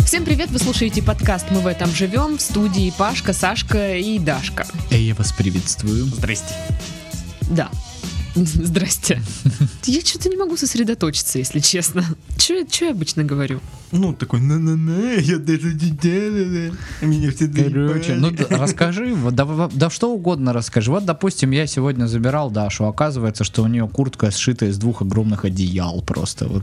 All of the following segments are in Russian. Всем привет, вы слушаете подкаст «Мы в этом живем» в студии Пашка, Сашка и Дашка. Я вас приветствую. Здрасте. Да. Здрасте. Я что-то не могу сосредоточиться, если честно. Че я обычно говорю? Ну, такой, на-на-на, я даже не делала, меня все Короче, ну доебали». да, расскажи, вот, да, в- да что угодно расскажи. Вот, допустим, я сегодня забирал Дашу, оказывается, что у нее куртка сшита из двух огромных одеял просто. Вот.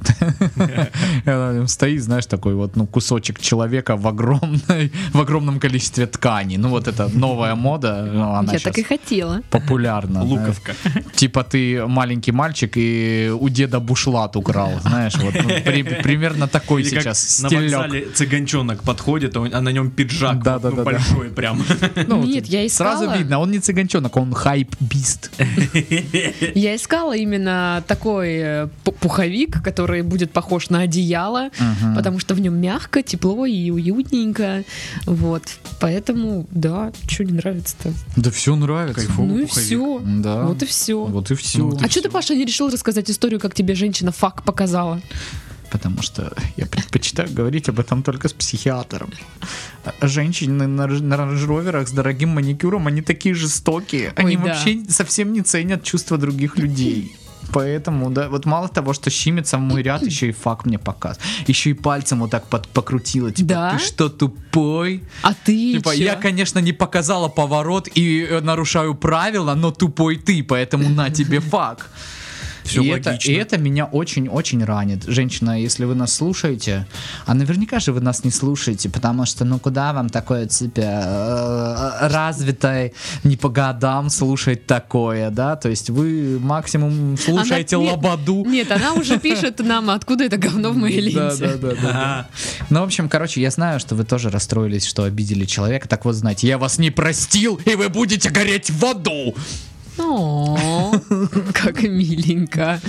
Она там стоит, знаешь, такой вот, ну, кусочек человека в огромной, в огромном количестве ткани. Ну, вот это новая мода, ну, она Я сейчас так и хотела. популярна. Луковка. знаешь. Типа ты маленький мальчик и у деда бушлат украл, знаешь, вот ну, при- примерно такой Или как сейчас на стилек. вокзале цыганчонок подходит, а он- а на нем пиджак Да, вот, да, ну, да, да. большой прям. Ну, Нет, вот я искала. Сразу видно, он не цыганчонок, он хайп-бист. Я искала именно такой э, пу- пуховик, который будет похож на одеяло, потому что в нем мягко, тепло и уютненько. Вот. Поэтому, да, что не нравится-то? Да все нравится. Кайфово. Фу, ну и пуховик. все. Да. Вот и все. Вот и все. Ну, а что ты, Паша, не решил рассказать историю, как тебе женщина фак показала? Потому что я предпочитаю говорить об этом только с психиатром. А Женщины на, рж- на рейндж-роверах с дорогим маникюром, они такие жестокие. Ой, Они да. вообще совсем не ценят чувства других людей. Поэтому, да, вот мало того, что щимится в мой ряд, еще и фак мне показ. Еще и пальцем вот так под, покрутила, типа, Да? ты что, тупой? А ты Типа, чё? я, конечно, не показала поворот и э, нарушаю правила, но тупой ты, поэтому на тебе фак. Всё и, это, логично. и это меня очень-очень ранит. Женщина, если вы нас слушаете, а наверняка же вы нас не слушаете, потому что ну куда вам такое, типа, э, развитой, не по годам слушать такое, да? То есть вы максимум слушаете нет, лободу. Нет, она уже пишет нам, откуда это говно в моей Да, да, ленте. да, да, да. А, Ну, в общем, короче, я знаю, что вы тоже расстроились, что обидели человека. Так вот, знаете, я вас не простил, и вы будете гореть в аду. О, Как миленько.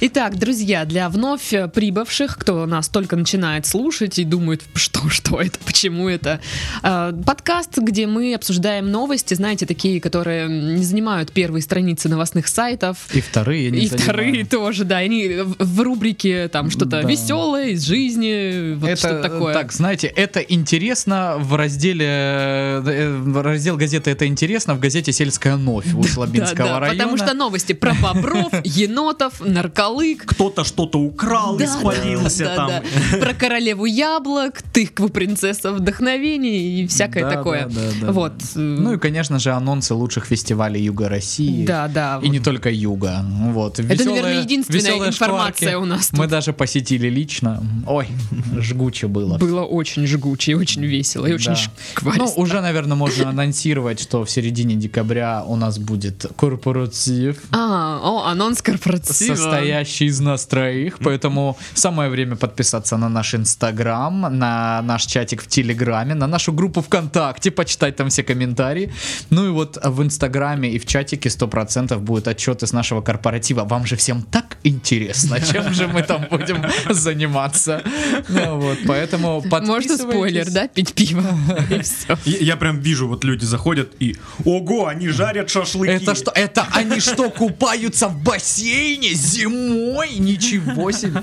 Итак, друзья, для вновь э, прибывших, кто нас только начинает слушать и думает, что, что это, почему это, э, подкаст, где мы обсуждаем новости, знаете, такие, которые м, не занимают первые страницы новостных сайтов, И вторые я не и занимаю. вторые тоже, да, они в в рубрике там что-то Да. веселое из жизни, вот это что такое. Так, знаете, это интересно в разделе э, э, в раздел газеты это интересно в газете Сельская новь у Слабинского Да, да, района. Потому что новости про бобров, енотов, нарколык. Кто-то что-то украл, Да, испалился да, там. да, да. Про королеву яблок, тыкву принцесса вдохновений и всякое Да, такое. да, да, да. вот. Ну и, конечно же, анонсы лучших фестивалей Юга России. да, да. И не только юга. Вот. Это, Весёлая- наверное, единственная весёлая информация шкварки. у нас Мы даже посетили лично. Ой, жгуче было. Было очень жгуче и очень весело, и очень Да. шкваристо. Ну, уже, наверное, можно анонсировать, что в середине декабря у нас будет корпоратив, А, о, анонс корпоратива. состоящий из нас троих, поэтому самое время подписаться на наш Инстаграм, на наш чатик в Телеграме, на нашу группу ВКонтакте, почитать там все комментарии. Ну и вот в Инстаграме и в чатике 100% будут отчеты с нашего корпоратива. Вам же всем так интересно, чем же мы там будем заниматься. Ну вот, поэтому Можно подписывайтесь. спойлер, да? Пить пиво. И все. Я я прям вижу, вот люди заходят и Ого, они жарят шашлыки. Это что? Это они что, купаются в бассейне зимой? Ничего себе.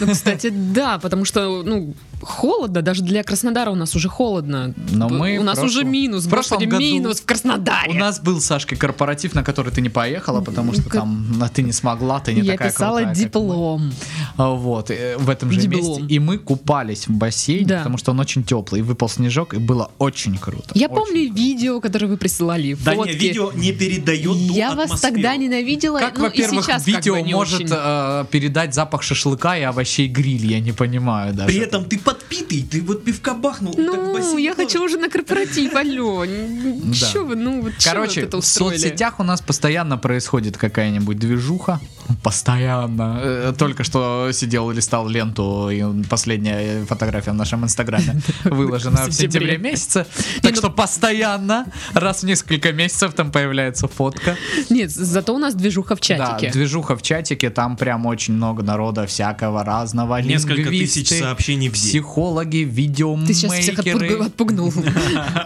Ну, кстати, да, потому что, ну, холодно, даже для Краснодара у нас уже холодно. Но мы у нас в прошлом- уже минус, в прошлом господи, году минус в Краснодаре. У нас был, Сашка, корпоратив, на который ты не поехала, потому что там а, ты не смогла, ты не Я такая писала крутая, как мы. диплом. А, Вот, э, в этом же Диплом. месте. И мы купались в бассейне, Да. потому что он очень теплый. И выпал снежок, и было очень круто. Я Очень. помню видео, которое вы присылали, Да не, фотки. видео не передает ту Я вас атмосферу. тогда ненавидела, Как, ну и во-первых, сейчас как видео бы не может очень. э, передать запах шашлыка и овощей гриль? Я не понимаю даже. При этом ты подпитый, ты вот пивка бахнул. так в Ну, бассейн я тоже. хочу уже на корпоратив, алло. Да. Че вы, ну, вот чё вы вот Короче, это в устроили? соцсетях у нас постоянно происходит какая-нибудь движуха. Постоянно. Э, Только что сидел и листал ленту, и он- последняя фотография в нашем инстаграме выложена В в сентябре. сентябре месяце. Так ну- что постоянно, раз в несколько месяцев там появляется фотка. Нет, зато у нас движуха в чатике. Да, движуха в чатике, там прям очень много народа всякого разного. Несколько лингвисты, тысяч сообщений в день. Психологи, видеомейкеры. Ты сейчас всех отпуг- отпугнул.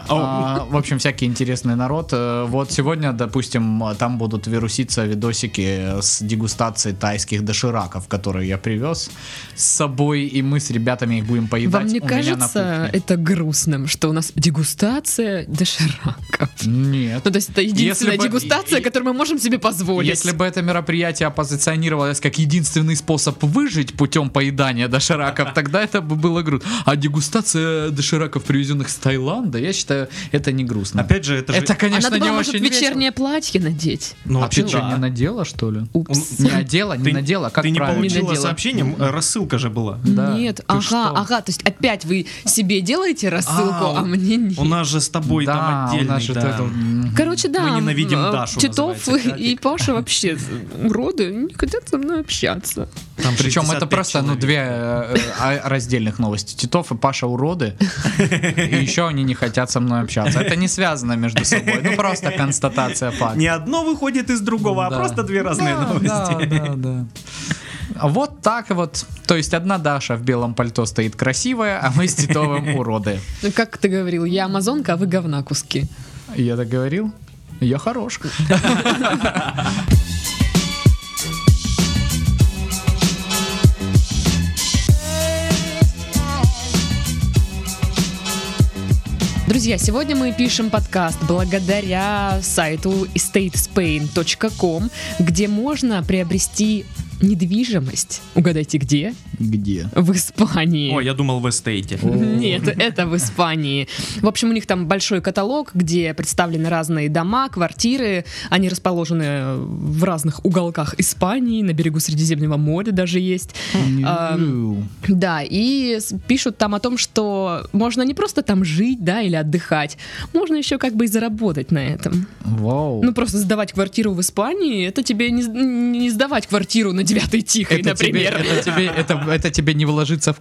А, в общем, всякий интересный народ. Э, Вот сегодня, допустим, э, там будут вируситься видосики с дегустации тайских дошираков, которые я привез с собой, и мы с ребятами их будем поедать Вам не у меня на кажется кухне. это грустным, что у нас дегустация дошираков? Нет. Ну, то есть это единственная бы- дегустация, и- которую мы можем себе позволить. Если бы это мероприятие оппозиционировалось как единственный способ выжить путем поедания дошираков, тогда это бы было грустно. А дегустация дошираков, привезенных с Таиланда, я считаю, это не грустно. Опять же, это же... Это, а конечно, надо было, не может, очень весело. вечернее платье надеть. Ну, а вообще, ты что, да. не надела, что ли? Упс. Не одела, не Ты- надела, как Ты не правильно? Не получила надела. сообщение, м, э, рассылка же была. Да. Нет, Ты ага, что? ага, то есть опять вы себе делаете рассылку, а, А, у- мне нет. У нас же с тобой там Да, у отдельный, нас же да. вот это, м, Короче, да. Мы ненавидим м, Дашу, Титов называется, и- и Паша вообще уроды, не хотят со мной общаться. Там Причем 65 это просто, ну, человек. две э, э, а- раздельных новости. Титов и Паша уроды. И еще они не хотят со мной общаться. Это не связано между собой. Ну, просто констатация факта. Не одно выходит из другого, Да. а просто две разные Да, новости. да, да, да. А Вот так вот. То есть одна Даша в белом пальто стоит красивая, а мы с Титовым уроды. Ну, как ты говорил, я амазонка, а вы говна куски. Я так говорил? Я хорош. Друзья, сегодня мы пишем подкаст благодаря сайту estatespain.com, где можно приобрести недвижимость. Угадайте, где? Где? В Испании. О, я думал в эстейте. Нет, это в Испании. В общем, у них там большой каталог, где представлены разные дома, квартиры. Они расположены в разных уголках Испании, на берегу Средиземного моря даже есть. А, Да, и с- пишут там о том, что можно не просто там жить, да, или отдыхать, можно еще как бы и заработать на этом. Вау. Ну, просто сдавать квартиру в Испании, это тебе не, с- не сдавать квартиру на девятой тихой, например. Тебе, это, тебе, это, это тебе не вложится в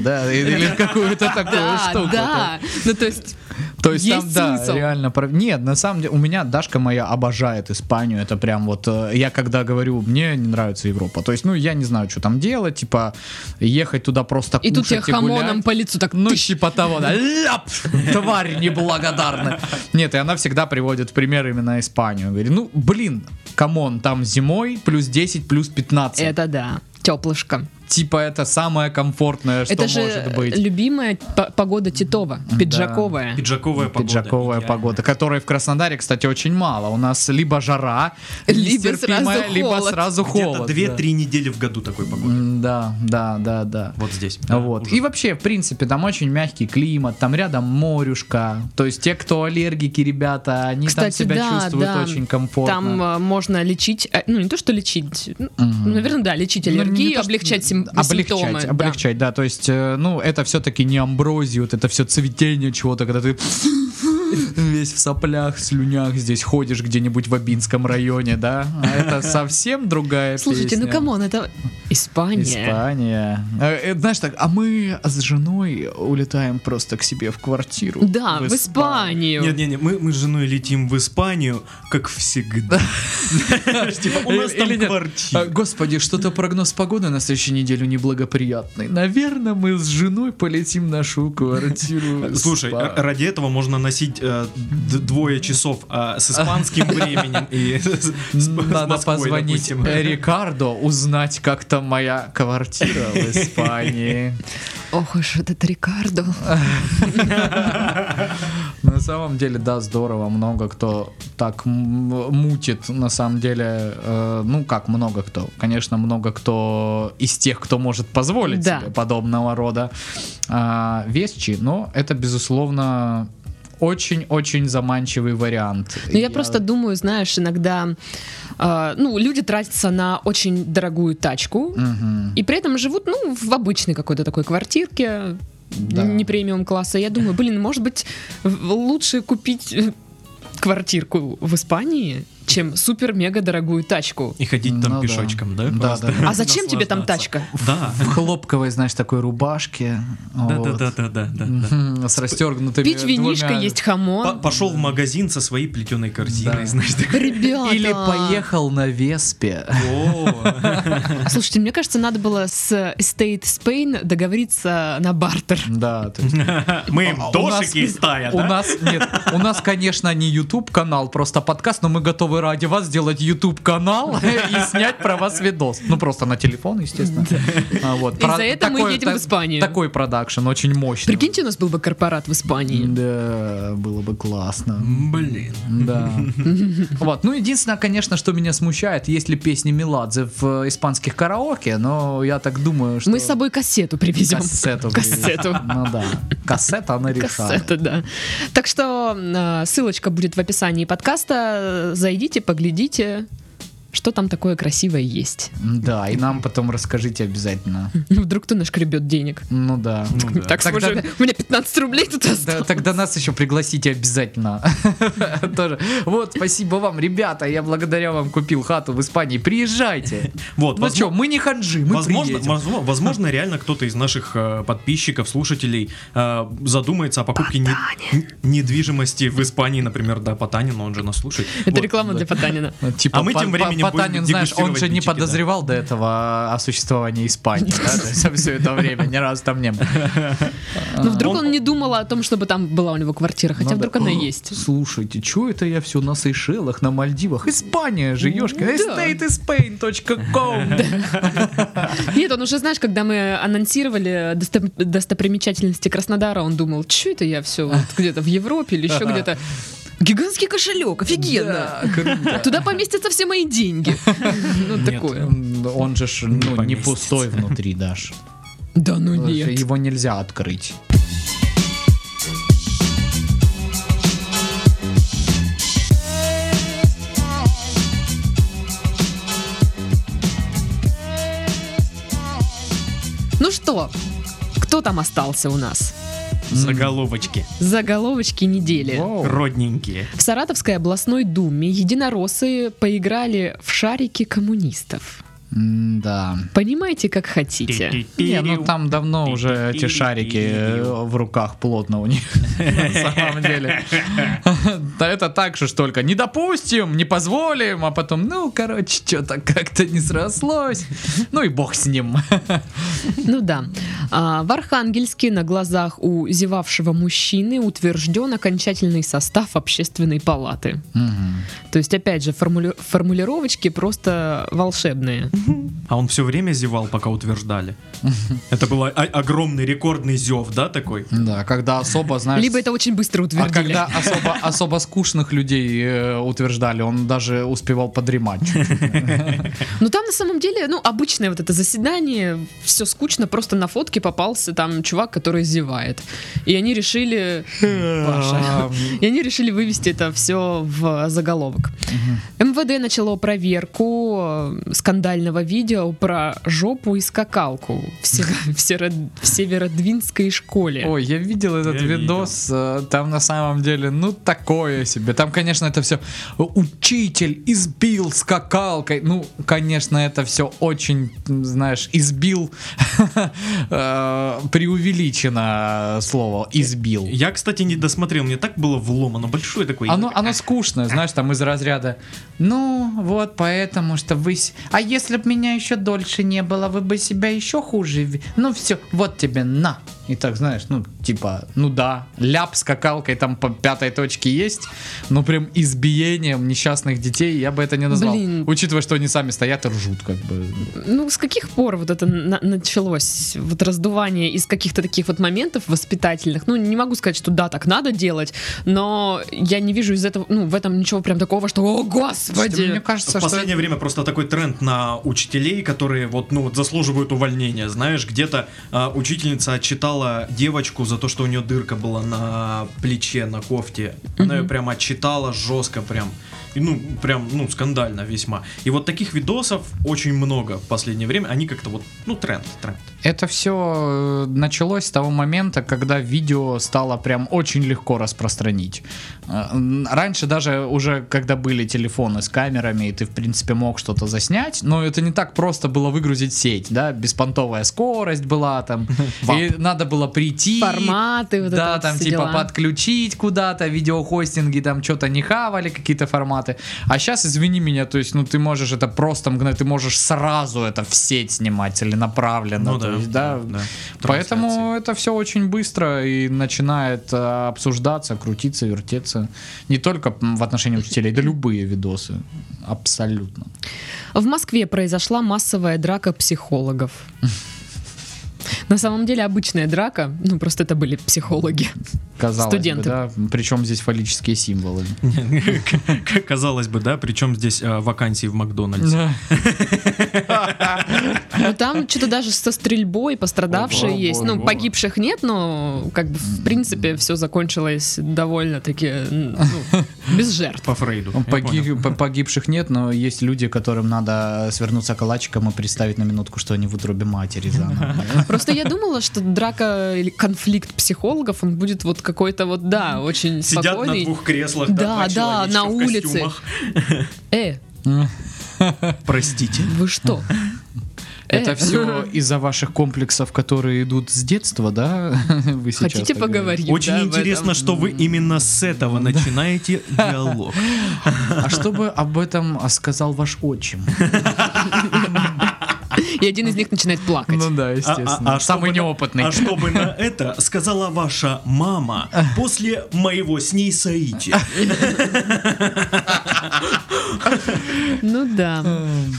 да? Или в какую-то такую Да, штуку. да. Ну, то есть, То есть, Есть там, да, смысл. реально. про- Нет, на самом деле, у меня Дашка моя обожает Испанию. Это прям вот э, я когда говорю, мне не нравится Европа. То есть, ну, я не знаю, что там делать, типа ехать туда просто и тут кушать тебе хамоном гулять. по лицу так Ну, тыщ. типа того, да, ляп, тварь неблагодарная. Нет, и она всегда приводит в пример именно Испанию. Говорит, ну, блин, камон, там зимой плюс 10, плюс 15. Это да, теплышко. Типа это самое комфортное, что Это же может быть. любимая по- погода Титова, пиджаковая. Пиджаковая погода. Пиджаковая Идеально. погода, которой в Краснодаре, кстати, очень мало. У нас либо жара, Либо нестерпимая, сразу либо холод. сразу Где-то холод. да. 2-3 недели в году такой погоды. М, Да, да, да, да. Вот здесь. А вот. Ужас. И вообще, в принципе, там очень мягкий климат, там рядом морюшка. То есть те, кто аллергики, ребята, они там Кстати, себя да, чувствуют да. очень комфортно. Там э, можно лечить, э, ну не то что лечить, ну, Мгм. наверное, да, лечить Ну, не аллергию, то, что- облегчать сим- облегчать, симптомы. да. Облегчать, да. То есть, э, ну, это все-таки не амброзия, вот это все цветение чего-то, когда ты весь в соплях, слюнях здесь ходишь где-нибудь в Абинском районе, да? А это совсем другая Слушайте, ну песня. камон, это Испания. Испания. Э, э, Знаешь так, а мы с женой улетаем просто к себе в квартиру. Да, в, Испанию. Испанию. Не-не-не, мы, мы с женой летим в Испанию, как всегда. Знаешь, типа, у нас там Или нет? А, квартира. Господи, что-то прогноз погоды на следующей неделю неблагоприятный. Наверное, мы с женой полетим в нашу квартиру. Слушай, Спа- р- ради этого можно носить э, д- двое часов а, с испанским временем и с- с- с Надо Москвой, позвонить допустим. Рикардо, узнать, как там моя квартира в Испании. Ох уж этот Рикардо. На самом деле, да, здорово. Много кто так м- мутит. На самом деле, э, ну как много кто. Конечно, много кто из тех, кто может позволить Да. себе подобного рода а, вещи, но это, безусловно, очень-очень заманчивый вариант. Ну, я, просто думаю, знаешь, иногда, э, ну, люди тратятся на очень дорогую тачку, Мгм. И при этом живут, ну, в обычной какой-то такой квартирке, Да. не премиум класса. Я думаю, блин, может быть, в- лучше купить э, квартирку в Испании, чем супер-мега дорогую тачку. И ходить там Ну да. пешочком, да? Да, Просто да. А зачем тебе там наслаждаться. тачка? Да. В хлопковой, знаешь, такой рубашке. вот. Да-да-да-да-да. Мгм, С расстегнутыми Пить винишко, двумя- есть хамон. Пошел в магазин со своей плетеной Да. корзиной, знаешь, так. Ребята. Или поехал на Веспе. О, А Слушайте, мне кажется, надо было с Estate Spain договориться на бартер. Да, то есть Мы им А у нас- дошики стая, у да? нас нет, у нас, конечно, не YouTube канал, просто подкаст, но мы готовы чтобы ради вас сделать YouTube канал и снять про вас видос. Ну просто на телефон, естественно. А, вот. И за Про- это мы такой- едем в та- Испанию. Такой продакшн, очень мощный. Прикиньте, у нас был бы корпорат в Испании. Да, было бы классно. Блин. Да. Вот. Ну, единственное, конечно, что меня смущает, есть ли песни Меладзе в э, испанских караоке, но я так думаю, что... Мы с собой кассету привезем. Кассету. Кассету. привезли. Ну да. Кассета, она решает. Кассета, да. Так что э, ссылочка будет в описании подкаста. Зайдите, поглядите, что там такое красивое есть. Да, и нам потом расскажите обязательно. Ну, вдруг ты нашкребет денег. Ну да. Ну да. Так, Тогда- слушай, у меня 15 рублей тут Да, осталось. тогда нас еще пригласите обязательно. Тоже. Вот, спасибо вам, ребята. Я благодаря вам купил хату в Испании. Приезжайте. Вот, Ну возможно- что, мы не ханжи, мы возможно, приедем. возможно, возможно, реально кто-то из наших э, подписчиков, слушателей э, задумается о покупке не- н- недвижимости в Испании, например, да, Потанин, но он же нас слушает. Это Вот, реклама да. для Потанина. Ну, Типа, А мы тем Па- Па- временем будем Потанин, знаешь, он же дегустировать не бичики, да. подозревал до этого о существовании Испании, да, то есть все это время, ни разу там не было. Но вдруг А, Он- Ну он не думал о том, чтобы там была у него квартира, хотя Надо- вдруг она есть. Ну Слушайте, что это я все на Сейшелах, на Мальдивах? Испания же, ёшкин, Да. estateispain.com Нет, он уже, знаешь, когда мы анонсировали досто- достопримечательности Краснодара, он думал, что это я все где-то в Европе или еще где-то. Гигантский кошелек, офигенно. Да, круто. А Туда поместятся все мои деньги. Ну, такое. М, Он же ж, ну, не поместится. пустой внутри, Даш. Да ну Даже нет. Его нельзя открыть. Ну что, кто там остался у нас? Заголовочки. Заголовочки недели. Вау. Родненькие. В Саратовской областной думе единороссы поиграли в шарики коммунистов. М, Да. Понимаете, как хотите. Не, ну там давно уже эти шарики э, в руках плотно у них. На самом деле. Да это так же ж только. Не допустим, не позволим, а потом, ну, короче, что-то как-то не срослось. Ну и бог с ним. Ну да. А, в Архангельске на глазах у зевавшего мужчины утвержден окончательный состав общественной палаты. Мгм. То есть, опять же, формули- формулировочки просто волшебные. А он все время зевал, пока утверждали. Это был о- огромный рекордный зев, да, такой? Да, когда особо, знаешь... Либо это очень быстро А утвердили. когда особо, особо скучных людей э, утверждали, он даже успевал подремать. чуть-чуть. Ну там на самом деле, ну, обычное вот это заседание, все скучно, просто на фотке попался там чувак, который зевает. И они решили... Паша. Эм, И они решили вывести это все в заголовок. МВД начало проверку э, скандального видео про жопу и скакалку в, северо- в северо- в Северодвинской школе. Ой, я видел этот Я видос, э, там на самом деле, ну такое себе. Там, конечно, это все учитель избил скакалкой. Ну, конечно, это все очень, м, знаешь, избил, э, преувеличено слово избил. Я, кстати, не досмотрел, мне так было вломано. Большой такой. Оно, оно скучное, знаешь, там из разряда. Ну, вот поэтому, что вы... с- А если бы меня еще дольше не было, вы бы себя еще хуже... ви- Ну все, вот тебе на. И так, знаешь, ну, типа, ну да, ляп скакалкой там по пятой точке есть, но прям избиением несчастных детей я бы это не назвал. Блин. Учитывая, что они сами стоят и ржут, как бы. Ну, с каких пор вот это на- началось? Вот раздувание из каких-то таких вот моментов воспитательных. Ну, не могу сказать, что да, так надо делать, но я не вижу из этого, ну, в этом ничего прям такого, что «О, Мне господи!» кажется, В что... последнее время просто такой тренд на учителей, которые вот, ну, вот заслуживают увольнения. Знаешь, где-то а, учительница отчитала девочку за то, что у нее дырка была на плече, на кофте. Она ее прям отчитала жестко, прям. И, ну, прям, ну, скандально весьма. И вот таких видосов очень много в последнее время. Они как-то вот, ну, тренд, тренд. Это все началось с того момента, когда видео стало прям очень легко распространить. Э, м, Раньше даже уже, когда были телефоны с камерами, и ты, в принципе, мог что-то заснять, но это не так просто было выгрузить сеть, да, беспонтовая скорость была там, и надо было прийти... Форматы, вот это да, вот там все типа дела. подключить куда-то, видеохостинги там что-то не хавали, какие-то форматы. А сейчас, извини меня, то есть, ну ты можешь это просто мгновенно, ты можешь сразу это в сеть снимать или направленно. Ну то да. то есть, да. Поэтому это все очень быстро и начинает а, обсуждаться, крутиться, вертеться. Не только м, в отношении учителей, да любые видосы. Абсолютно. В Москве произошла массовая драка психологов. На самом деле обычная драка, ну просто это были психологи. Казалось Студенты. бы, да. Причем здесь фаллические символы. К- Казалось бы, да, причем здесь э, вакансии в Макдональдсе. Ну, Но Ну, там что-то даже со стрельбой пострадавшие Ого, есть. ого, Ну, ого. погибших нет, но как бы в принципе все закончилось довольно-таки ну, без жертв. По Фрейду. Я Погиб- понял. Ну, по- Погибших нет, но есть люди, которым надо свернуться калачиком и представить на минутку, что они в утробе матери заново. Просто я думала, что драка или конфликт психологов, он будет вот какой-то вот, да, очень Сидят на спокойный. двух креслах, Да, да, два да, человечка на в улице. костюмах. Э, Простите. вы что? Это Э. все из-за ваших комплексов, которые идут с детства, да? Вы сейчас Хотите поговорить? Очень да, об интересно, этом? что вы именно с этого начинаете диалог. А что бы об этом а, сказал ваш отчим? И один из них начинает плакать. да, А- а- Самый а чтобы на- неопытный. А чтобы на это сказала ваша мама после моего с ней соития. Ну да. Эм.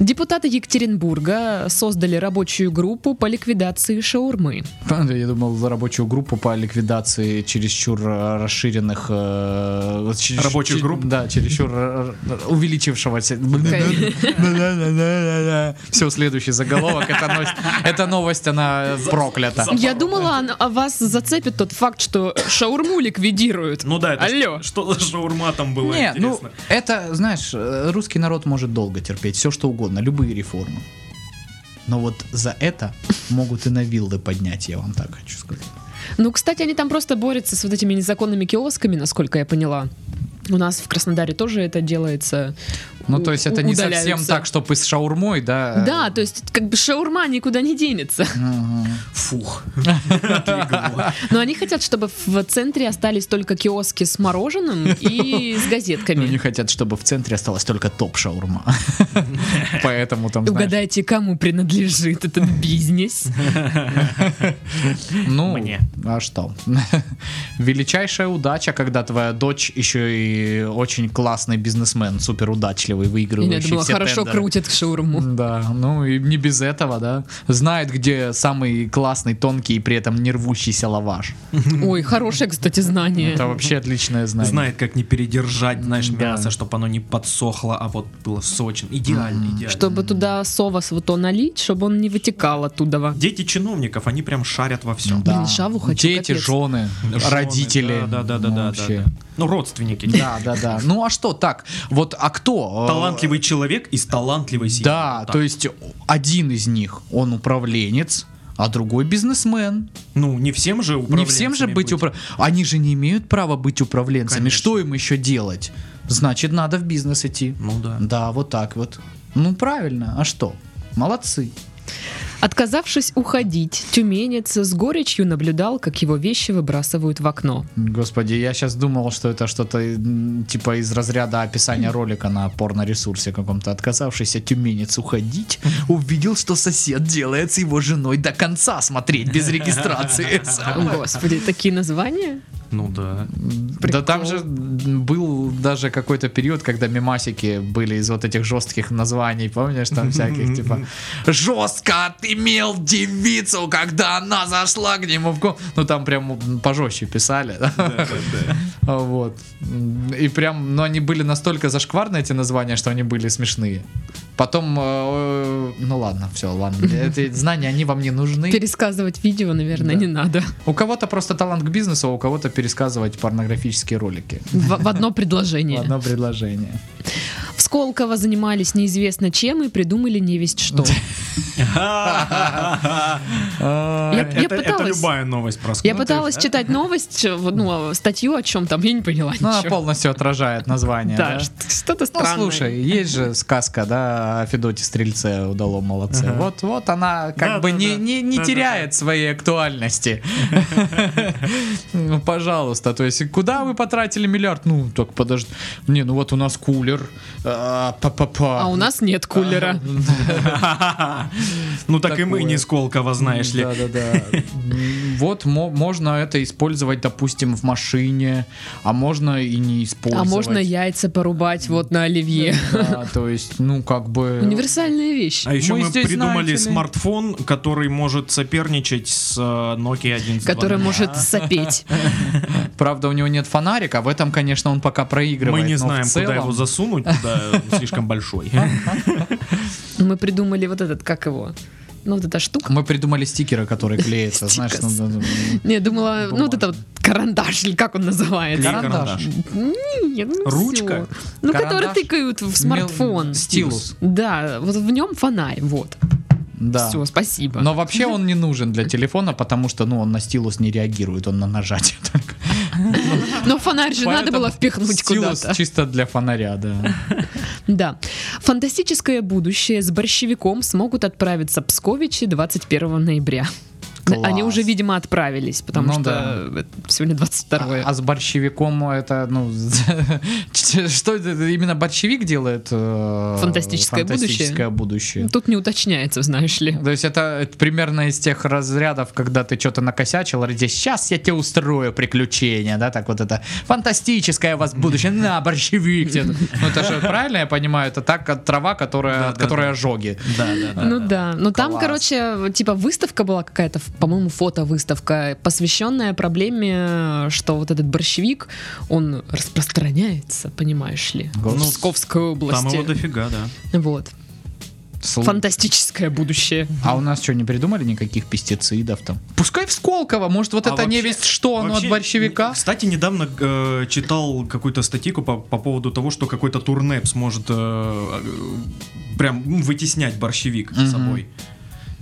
Депутаты Екатеринбурга создали рабочую группу по ликвидации шаурмы. Правда, Я думал, за рабочую группу по ликвидации чересчур э, расширенных... э, чересчур- Рабочих чер- групп? Да, чересчур э, э, увеличившегося. Все, следующий заголовок. Это новость- Эта новость, она проклята. за- Я думала, она- о вас зацепит тот факт, что шаурму ликвидируют. Ну да, это Алло. ш- что за шаурма там было Не, ну, интересно. это, знаешь, э, русский народ может долго терпеть все что угодно, любые реформы. Но вот за это могут и на виллы поднять, я вам так хочу сказать. Ну, кстати, они там просто борются с вот этими незаконными киосками, насколько я поняла. У нас в Краснодаре тоже это делается. Ну, У- то есть это не удаляются. совсем так, чтобы с шаурмой, да? Да, то есть как бы шаурма никуда не денется. Мгм. Фух. Отлегло. Но они хотят, чтобы в центре остались только киоски с мороженым и с Ну, не газетками. хотят, чтобы в центре осталась только топ-шаурма. Поэтому там, знаешь, Угадайте, кому принадлежит этот бизнес. ну, мне. а что? Величайшая удача, когда твоя дочь еще и очень классный бизнесмен, супер удачливый, Я выигрывающий думала, все хорошо тендеры. крутят шаурму. Да, ну и не без этого, да. Знает, где самый классный, тонкий и при этом не рвущийся лаваш. Ой, хорошее, кстати, знание. Это вообще отличное знание. Знает, как не передержать, знаешь, Да. мясо, чтобы оно не подсохло, а вот было сочным. Идеально, идеально. Чтобы туда совос вот он налить, чтобы он не вытекал оттуда. Дети чиновников, они прям шарят во всем. Да. Блин, шаву хочу, Дети, капец. жены, родители. Да, да, да, да, Ну, да, вообще. да. Ну, родственники. Да, да, да. Ну а что так? Вот, а кто? э, Талантливый человек из талантливой семьи. Да, Вот так. то есть один из них, он управленец, а другой бизнесмен. Ну, не всем же управленцами Не всем же быть, упра- Они же не имеют права быть управленцами. Конечно. Что им еще делать? Значит, надо в бизнес идти. Ну да. Да, вот так вот. Ну правильно, а что? Молодцы. Отказавшись уходить, тюменец с горечью наблюдал, как его вещи выбрасывают в окно. Господи, я сейчас думал, что это что-то м, типа из разряда описания ролика на порно-ресурсе каком-то. Отказавшийся тюменец уходить, увидел, что сосед делает с его женой до конца смотреть без регистрации. Господи, такие названия? Ну да. Да там же м, был даже какой-то период, когда мимасики были из вот этих жестких названий, помнишь, там всяких, типа «Жестко отымел девицу, когда она зашла к нему в ком-». Ну там прям м, пожестче писали, да? А, Вот. М, И прям, но они были настолько зашкварные, эти названия, что они были смешные. Потом, э, ну ладно, все, ладно. Эти знания, они вам не нужны. Пересказывать видео, наверное, Да. не надо. У кого-то просто талант к бизнесу, а у кого-то пересказывать порнографические ролики. В, в одно В предложение. Одно предложение. В Сколково занимались неизвестно чем и придумали невесть что. А, э, Я, я Это это пыталась... любая новость про Я Ну, Скунтер, пыталась да? читать новость, э, вот, ну, статью о чем там, я не поняла Ну, она ничего. полностью отражает название. Да, Да, что- что-то Ну, странное. слушай, есть же сказка, да, о Федоте Стрельце удало молодце. Ага. Вот, вот она как Да, бы да, не, да. не, не Да, да, теряет своей актуальности. Ну, пожалуйста, то есть, куда вы потратили миллиард? Ну, так подожди. Не, ну вот у нас кулер, э, А, па-па-па. А у нас нет кулера. Ну так и мы Такое. не с Колково, знаешь ли. Да, да, да. М, Вот мо- можно это использовать, допустим, в машине, а можно и не А использовать. можно яйца порубать вот на оливье. Да, то есть, ну, как бы... Универсальная вещь. А еще Мы мы, здесь, придумали знаете ли- смартфон, который может соперничать с э, Nokia 11. Который может сопеть. Правда, у него нет фонарика, а в этом, конечно, он пока проигрывает. Мы не но в знаем, куда целом- его засунуть, куда он слишком большой. Мы придумали вот этот, как его? Ну, вот эта штука. Мы придумали стикеры, которые клеятся, знаешь, Стикерс. ну, ну, ну, Не, думала, ну, вот Бумага. это вот карандаш, или как он называется? Клей-карандаш. Нет, ну, Ручка? всё. Ну, который Карандаш? тыкают в смартфон. Мел- стилус. Да, вот в нем фонарь, вот. Да. Все, спасибо. Но вообще он не нужен для телефона, потому что, ну, он на стилус не реагирует, он на нажатие только. Но фонарь же надо Поэтому было впихнуть стилус куда-то. чисто для фонаря, да. Да. Фантастическое будущее с борщевиком смогут отправиться Псковичи 21 ноября. Класс. Они уже, видимо, отправились, потому Ну что да. э, сегодня 22 А, а с борщевиком это, ну, что это именно борщевик делает? э, Фантастическое будущее? фантастическое будущее. Тут не уточняется, знаешь ли. То есть это, это примерно из тех разрядов, когда ты что-то накосячил, ради сейчас я тебе устрою приключения, да, так вот это фантастическое у вас будущее, на, борщевик. тебе». Ну это же правильно я понимаю, это так как трава, которая, от да, которой да. ожоги. Да, да, да. Ну да, но там, А, Класс. короче, типа выставка была какая-то, ф- по-моему, фотовыставка, посвященная проблеме, что вот этот борщевик, он распространяется, понимаешь ли, в Ну, Псковской Там области. его дофига, да. Вот. Слу- Фантастическое будущее. А у нас что, не придумали никаких пестицидов там? Пускай в Сколково, может вот А это вообще- невесть что, оно Вообще, от борщевика? Кстати, недавно э, читал какую-то статейку по, по поводу того, что какой-то турнеп сможет э, э, прям м, вытеснять борщевик Мгм. с собой.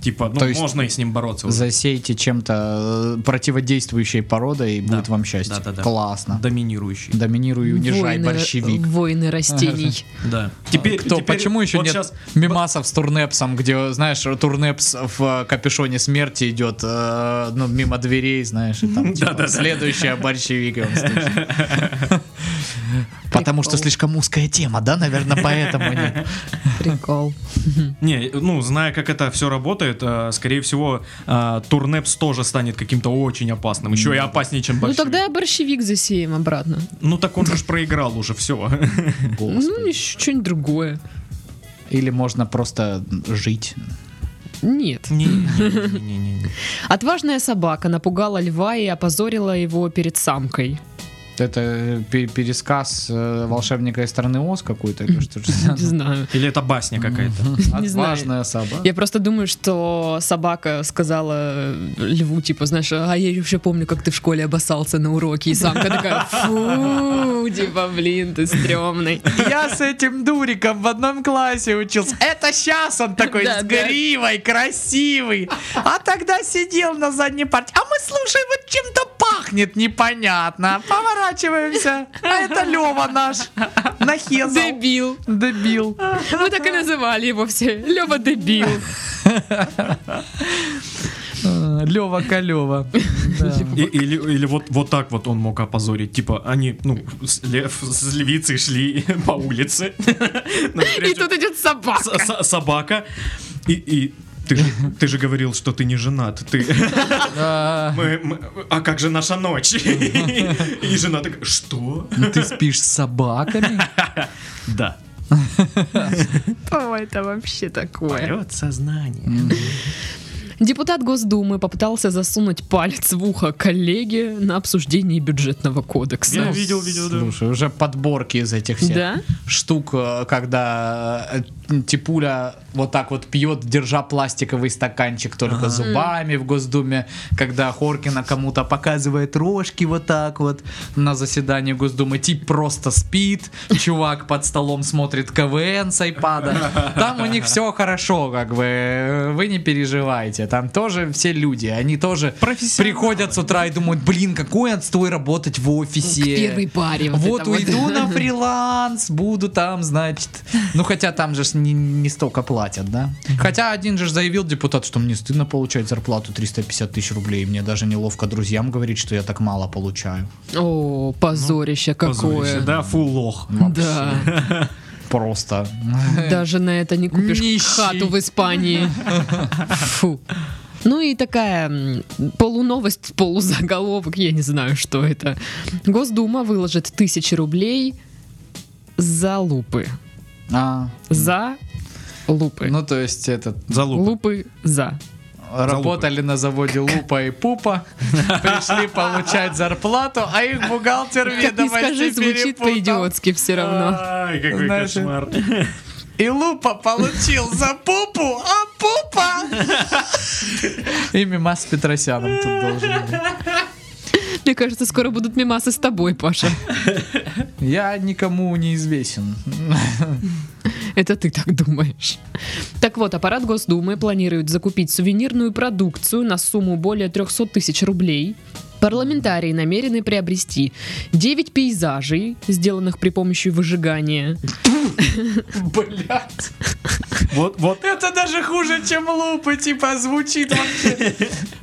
Типа, ну То есть можно и с ним бороться. уже. Засейте чем-то э, противодействующей породой, и Да. будет вам счастье. Да-да-да. Классно. Доминирующий. Доминируй и унижай Войны- борщевик. Войны растений. Да. Теперь, А Кто, теперь почему еще вот нет щас- мемасов с турнепсом, где, знаешь, турнепс в э, капюшоне смерти идет э, ну, мимо дверей, знаешь, и там типа, Да-да-да. следующая борщевик. и он стучит. Потому что Прикол. слишком узкая тема, да, наверное, поэтому нет. Прикол. Не, ну, зная, как это все работает, э, скорее всего, э, турнепс тоже станет каким-то очень опасным. Еще и опаснее, чем Ну борщевик. тогда борщевик засеем обратно. Ну, так он же ж проиграл уже, все. Ну, еще что-нибудь другое. Или можно просто жить. Нет. Не-не-не-не-не. Отважная собака напугала льва и опозорила его перед самкой. Это э, пе- пересказ э, волшебника из страны Оз какой-то или что Не знаю. Или это басня какая-то. Не знаю. Отважная собака. Я просто думаю, что собака сказала льву, типа, знаешь, а я еще помню, как ты в школе обоссался на уроке, и самка такая, фу, типа, блин, ты стрёмный. Я с этим дуриком в одном классе учился. Это сейчас он такой Да, с да. гривой, красивый. А тогда сидел на задней парте. А мы, слушай, вот чем-то пахнет непонятно. Поворачиваемся. А это Лева наш. Нахезал. Дебил. Дебил. Мы так и называли его все. Лёва дебил. Лева Калева. И- Или, или вот, вот так вот он мог опозорить. Типа, они, ну, с, лев, с львицей шли по улице. И тут идет собака. С- с- Собака. И, и ты же, ты же говорил, что ты не женат. Ты, мы- мы- а как же наша ночь? И жена такая, что? Ты спишь с собаками? Да. Что это вообще такое? Полет сознание. Депутат Госдумы попытался засунуть палец в ухо коллеге на обсуждении бюджетного кодекса. Я видел видео, да. Слушай, уже подборки из этих всех. Да? штук, э, когда э, Типуля вот так вот пьет, держа пластиковый стаканчик только зубами в Госдуме, когда Хоркина кому-то показывает рожки вот так вот на заседании Госдумы. Тип просто спит, чувак под столом смотрит КВН с айпада. Там у них все хорошо, как бы, э, вы не переживайте. Там тоже все люди, они тоже приходят с утра и думают, блин, какой отстой работать в офисе. К первой паре. Вот это уйду на фриланс, буду там, значит. Ну хотя там же ж не, не столько платят, да? Хотя один же ж заявил депутат, что мне стыдно получать зарплату 350 тысяч рублей. Мне даже неловко друзьям говорить, что я так мало получаю. О, позорище какое. Позорище, Да, фу лох. Да. просто. Даже на это не купишь Нищий. хату в Испании. Фу. Ну и такая м, полуновость, полузаголовок, я не знаю, что это. Госдума выложит тысячи рублей за лупы. А, За лупы. ну, то есть, этот, Залуп. Лупы за. работали на заводе Лупа и Пупа, пришли получать зарплату, а их бухгалтер Как ни скажи, ведомости звучит перепутал. А. по-идиотски все равно. Ай, какой Знаешь, э, кошмар. И Лупа получил за Пупу, а Пупа... И Мимас с Петросяном тут должен быть. Мне кажется, скоро будут мимасы с тобой, Паша. Я никому не известен. Это ты так думаешь. Так вот, аппарат Госдумы планирует закупить сувенирную продукцию на сумму более 300 тысяч рублей. Парламентарии намерены приобрести 9 пейзажей, сделанных при помощи выжигания. Блять. Вот, вот. Это даже хуже, чем лупы, типа, звучит вообще.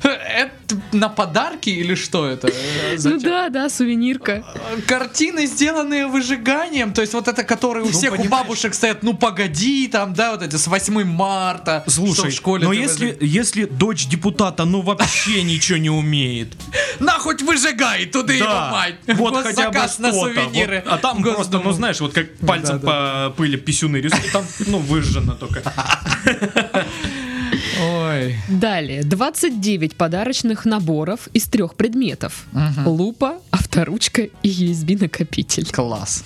Это на подарки или что это? Э, Ну зачем? да, да, сувенирка. Ну, Э, Картины, сделанные выжиганием, то есть вот это, которые у Ну, всех у понимаешь. бабушек стоят, ну погоди, там, да, вот эти с 8 марта. что Слушай, в школе но ты если, выжиг- если дочь депутата, ну вообще ничего не умеет. На хоть выжигай, туда его Да, мать. вот хотя бы Госзаказ на что-то. сувениры. Вот, а там просто, ну Госдуму. знаешь, вот как пальцем по пыли писюны рисуют, там, ну, выжжено только. Ой. Далее, 29 подарочных наборов из трех предметов. Лупа, авторучка и USB-накопитель. Класс.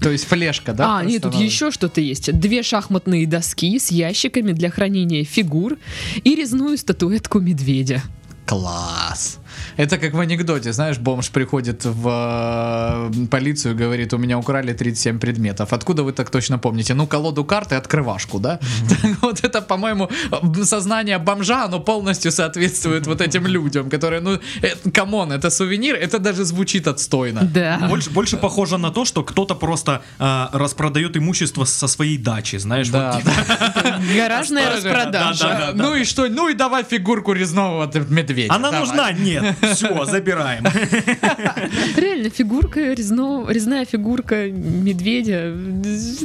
То есть флешка, да? а, нет, тут еще что-то есть. Две шахматные доски с ящиками для хранения фигур и резную статуэтку медведя. Класс. Это как в анекдоте, знаешь, бомж приходит в э, полицию и говорит, у меня украли 37 предметов. Откуда вы так точно помните? Ну, колоду карты, открывашку, да? Так Вот это, по-моему, э, сознание бомжа, оно полностью соответствует вот этим людям, которые, ну, э, камон, это сувенир, это даже звучит отстойно. Да. Больше, больше похоже на то, что кто-то просто а, распродает имущество со своей дачи, знаешь, вот Да, типа, Гаражная распродажа. да, да, Ну и что? Ну и давай фигурку резного т- медведя. Она давай. нужна? Нет. Все, забираем. Реально, фигурка, резно, резная фигурка медведя.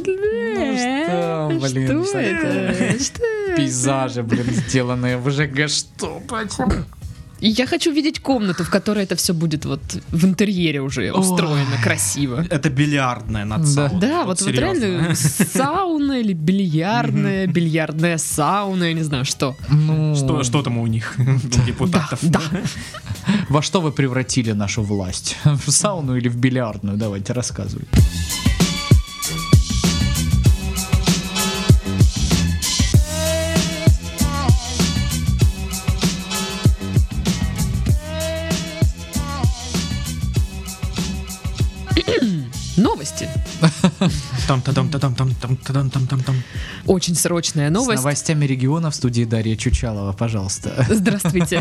Э, Ну что, блин, Что что это? Что это? Пейзажи, блин, сделанные в ЖГ. Что? Почему? И Я хочу видеть комнату, в которой это все будет вот в интерьере уже устроено, красиво. Это бильярдная над саун. Да, вот, вот серьезно. реально сауна или бильярдная, бильярдная сауна, я не знаю, что. Ну... Что, что там у них, у депутатов? Да, Во что вы превратили нашу власть? В сауну или в бильярдную? Давайте, рассказывай. да. Новости. Там, та там, та там, там, там, та там, там, там, там. Очень срочная С новость. новостями региона в студии Дарья Чучалова, пожалуйста. Здравствуйте.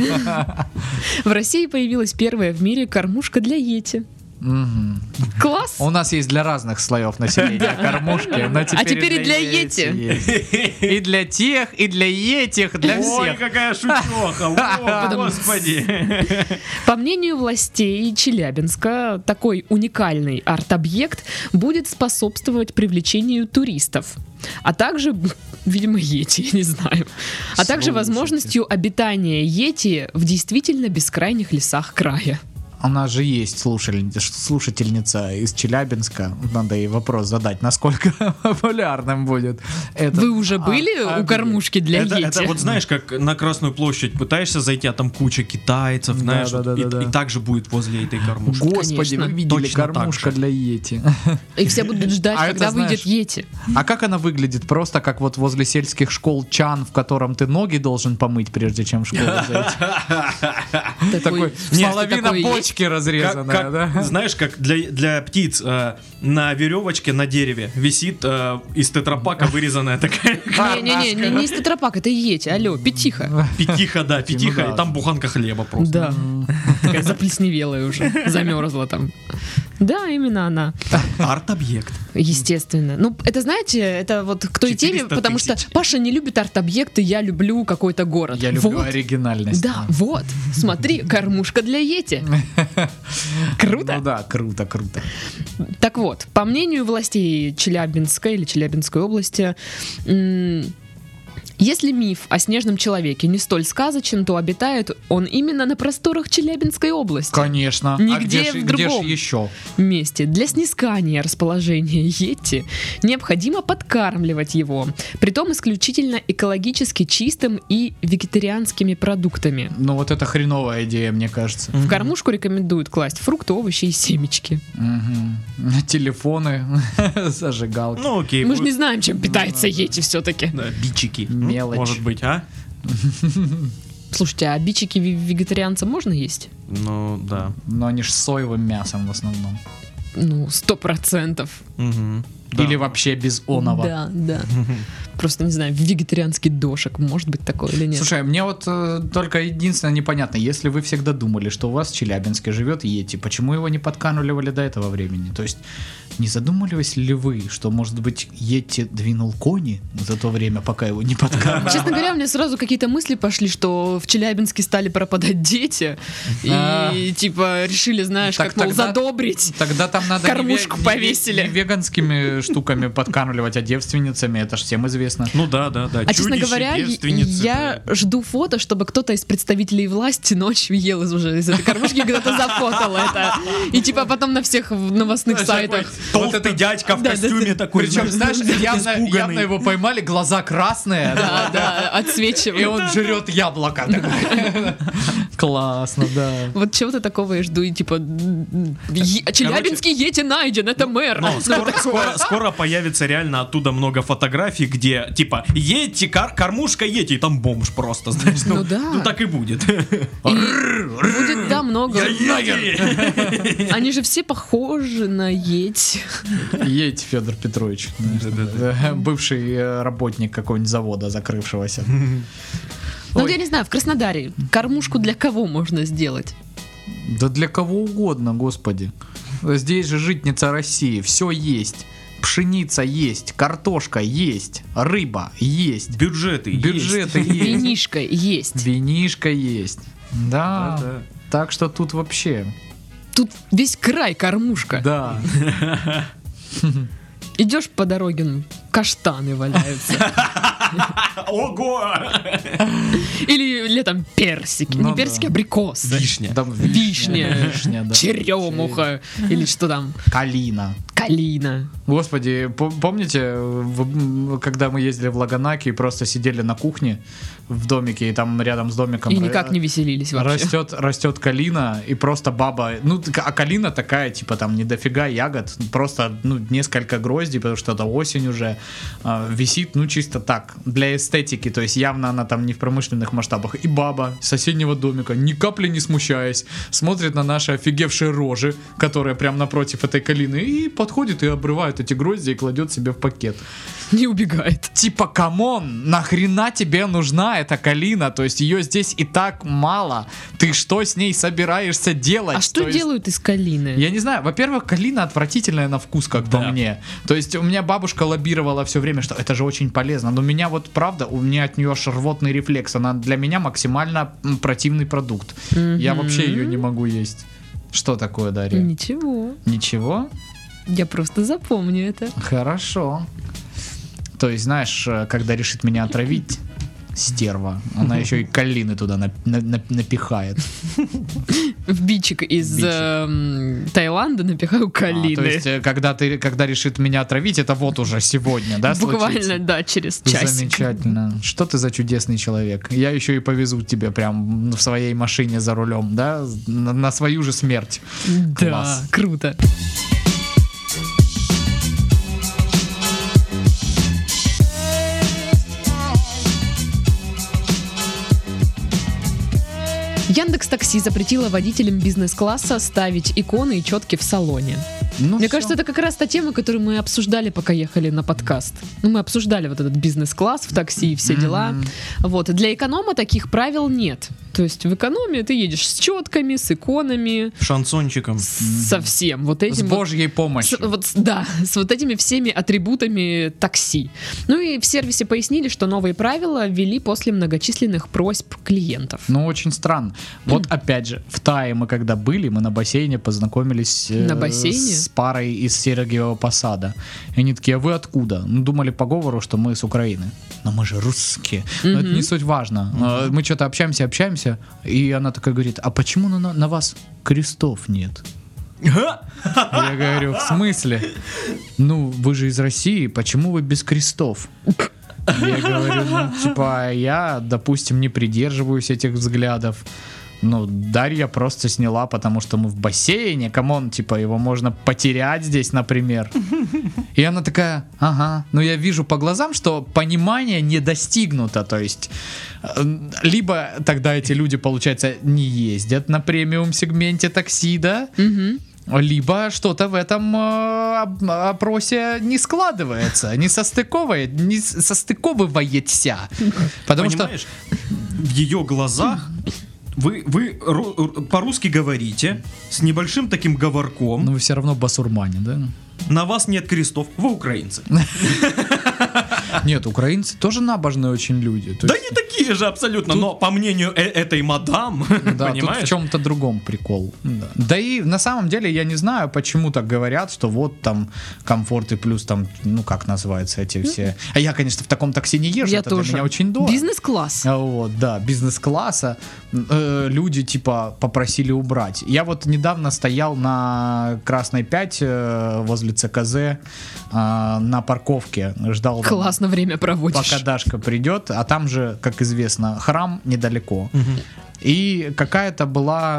В России появилась первая в мире кормушка для йети. Мгм. Класс! У нас есть для разных слоев населения кормушки, но теперь, А теперь и для есть. И для тех, и для етих, для Ой, всех. какая шутеха, о, господи. По мнению властей Челябинска, такой уникальный арт-объект будет способствовать привлечению туристов. А также, видимо, йети, я не знаю. А также Слушайте. возможностью обитания йети в действительно бескрайних лесах края. У нас же есть слушаль- слушательница из Челябинска. Надо ей вопрос задать, насколько популярным будет. этот Вы уже а- были у объект. кормушки для Это, это йети? вот знаешь, как на Красную площадь пытаешься зайти, а там куча китайцев, Да, знаешь, да, вот, да, и, да, да. и так же будет возле этой кормушки. Господи, Конечно. вы видели Точно так кормушка же. для Йети. И все будут ждать, А это когда выйдет знаешь- йети. А как она выглядит? Просто как вот возле сельских школ чан, в котором ты ноги должен помыть, прежде чем в школу зайти. Такой, Нет, половина такой есть. бочки Как- разрезанная, как- да? Знаешь, как для, для птиц э, на веревочке на дереве висит э, из тетрапака вырезанная такая Не-не-не, не, не из тетрапак, это йети. Алло, пятиха. пятиха, да, пятиха, да. и там буханка хлеба просто. Да. Такая заплесневелая уже. Замерзла там. Да, именно она. Арт-объект. Естественно. Ну, это, знаете, это вот к той теме, 400 потому что тысяч. Паша не любит арт-объекты, я люблю какой-то город. Я люблю Вот. оригинальность. Да, вот. Смотри, кормушка для Йети. Круто. Ну да, круто, круто. Так вот, по мнению властей Челябинска или Челябинской области, м, если миф о снежном человеке не столь сказочен, то обитает он именно на просторах Челябинской области. Конечно. а Нигде где ж- в где ж другом. еще? месте для снискания расположения Йети необходимо подкармливать его, притом исключительно экологически чистым и вегетарианскими продуктами. Ну вот это хреновая идея, мне кажется. В кормушку рекомендуют класть фрукты, овощи и семечки. Мгм. Телефоны, зажигалки. Ну окей. Мы же будет- не знаем, чем питается Йети все-таки. Да, бичики. Ну, Мелочь. Может быть, а? Слушайте, а бичики ве- вегетарианца можно есть? Ну, да. Но они ж с соевым мясом в основном. Ну, сто процентов. Мгм. Да. Или вообще без оного. Да, да. Просто не знаю, вегетарианский дошек, может быть такое или нет. Слушай, мне вот э, только единственное непонятно, если вы всегда думали, что у вас в Челябинске живет Йети, почему его не подкануливали до этого времени? То есть не задумывались ли вы, что, может быть, Йети двинул кони за то время, пока его не подканули? Честно говоря, у меня сразу какие-то мысли пошли, что в Челябинске стали пропадать дети. А. И типа решили, знаешь, Так как мол, тогда- задобрить. Тогда там надо не ве- Кормушку не ве- повесили. не веганскими штуками подкануливать, а девственницами, это ж всем известно. Ну да, да, да. А честно Чудище, говоря, я- девственницы, я да. жду фото, чтобы кто-то из представителей власти ночью ел из уже из этой кормушки, и кто-то зафотал это. И типа потом на всех в новостных сайтах. Толстый дядька в Да, да, костюме такой. Причем, знаешь, явно, испуганный. явно его поймали, глаза красные, Да, а, да, и отсвечивают. он жрет яблоко. такое. Классно, да. Вот чего-то такого я жду, и типа м, е- Челябинский Ети найден, это мэр. Ну, скоро, скоро- скоро появится реально оттуда много фотографий, где типа Ети, кар- кормушка Ети, и там бомж просто, знаешь. Ну, Ну да. ну так и будет. И будет, да, много. Ети! Они же все похожи на Еть. Едь, Федор Петрович. Да, Бывший э, работник какого-нибудь завода, закрывшегося. Ну, Ой. я не знаю, в Краснодаре кормушку для кого можно сделать? Да для кого угодно, господи. Здесь же житница России, все есть. Пшеница есть, картошка есть, рыба есть, Бюджеты есть. бюджеты есть, Винишка есть. винишка есть. Да, Да-да. так что тут вообще, Тут весь край кормушка. да. Идешь по дороге, ну, каштаны валяются. Ого! Или летом персики. Ну Не персики, да. а абрикосы. Вишня. Там Вишня. вишня, да. Черемуха. Или что там? Калина. Калина. Господи, по- помните, в- м, когда мы ездили в Лаганаки и просто сидели на кухне в домике, и там рядом с домиком И ра- никак не веселились вообще. растет, растет калина, и просто баба, ну, так- а калина такая, типа, там, не дофига ягод, просто, ну, несколько гроздей, потому что это осень уже, а, висит, ну, чисто так, для эстетики, то есть явно она там не в промышленных масштабах. И баба с соседнего домика, ни капли не смущаясь, смотрит на наши офигевшие рожи, которые прям напротив этой калины, и подходит и обрывает эти грозди и кладет себе в пакет Не убегает. типа, камон, нахрена тебе нужна эта калина? То есть ее здесь и так мало. Ты что с ней собираешься делать? А что То есть- делают из калины? Я не знаю, во-первых, калина отвратительная на вкус, как по Да. мне. То есть у меня бабушка лоббировала все время, что это же очень полезно. Но у меня вот правда, у меня от нее аж рвотный рефлекс. Она для меня максимально м, противный продукт. Я вообще ее не могу есть. Что такое, Дарья? Ничего. Ничего? Я просто запомню это. Хорошо. То есть, знаешь, э, когда решит меня отравить, стерва, она еще и калины туда нап- на- на- напихает. В бичик из Бичик. эм, Таиланда напихаю калины. А, то есть, э, когда ты, когда решит меня отравить, это вот уже сегодня, да, Буквально, случится? да, через часик. Замечательно. Что ты за чудесный человек? Я еще и повезу тебя прям в своей машине за рулем, да, на, на свою же смерть. Да, Класс. круто. Яндекс Такси запретила водителям бизнес-класса ставить иконы и четки в салоне. Ну, Мне всё. кажется, это как раз та тема, которую мы обсуждали, пока ехали на подкаст. Ну, мы обсуждали вот этот бизнес-класс в такси и все дела. Мгм. Вот. Для эконома таких правил нет. То То есть в экономии ты едешь с четками, с иконами, Шансончиком. со всем вот С этим вот божьей С- помощью. вот, с- да, с вот этими всеми атрибутами такси. Ну и в сервисе пояснили, что новые правила ввели после многочисленных просьб клиентов. Ну, очень странно. Вот Хм. опять же, в Тае мы когда были, мы на бассейне познакомились э, На бассейне? с парой из Сергиева Посада. И они такие, а вы откуда? Ну, думали по говору, что мы с Украины. Но мы же русские. Но это Мгм. не суть важно. Э, Мы что-то общаемся, общаемся, и она такая говорит, а почему на, на- на вас крестов нет? Я говорю, в смысле? Ну, вы же из России, почему вы без крестов? Я говорю, ну, типа, я, допустим, не придерживаюсь этих взглядов. Ну, Дарья просто сняла, потому что мы в бассейне, камон, типа, его можно потерять здесь, например. И она такая, ага, но я вижу по глазам, что понимание не достигнуто, то есть э, либо тогда эти люди, получается, не ездят на премиум сегменте такси, да, Мгм. либо что-то в этом э, об- опросе не складывается, не состыковывает, не с- состыковывается. Потому что Понимаешь, в ее глазах вы, вы ру- ру- по-русски говорите, с небольшим таким говорком. ну, вы все равно басурмане, да? На вас нет крестов, вы украинцы. Нет, украинцы тоже набожные очень люди. то Да есть, не такие же абсолютно, но по мнению э- этой мадам, да, тут в понимаешь? чем-то другом прикол. Да. Да и на самом деле я не знаю, почему так говорят, что вот там комфорт и плюс там, ну как называются эти все. А я, конечно, в таком такси не езжу, Я это для тоже. меня очень дорого. Бизнес-класс. А Вот, да, бизнес-класса э, люди типа попросили убрать. Я вот недавно стоял на Красной 5 э, возле ЦКЗ э, на парковке, ждал, там, Классно время проводишь. пока Дашка придет, а там же, как известно, храм недалеко. И какая-то была,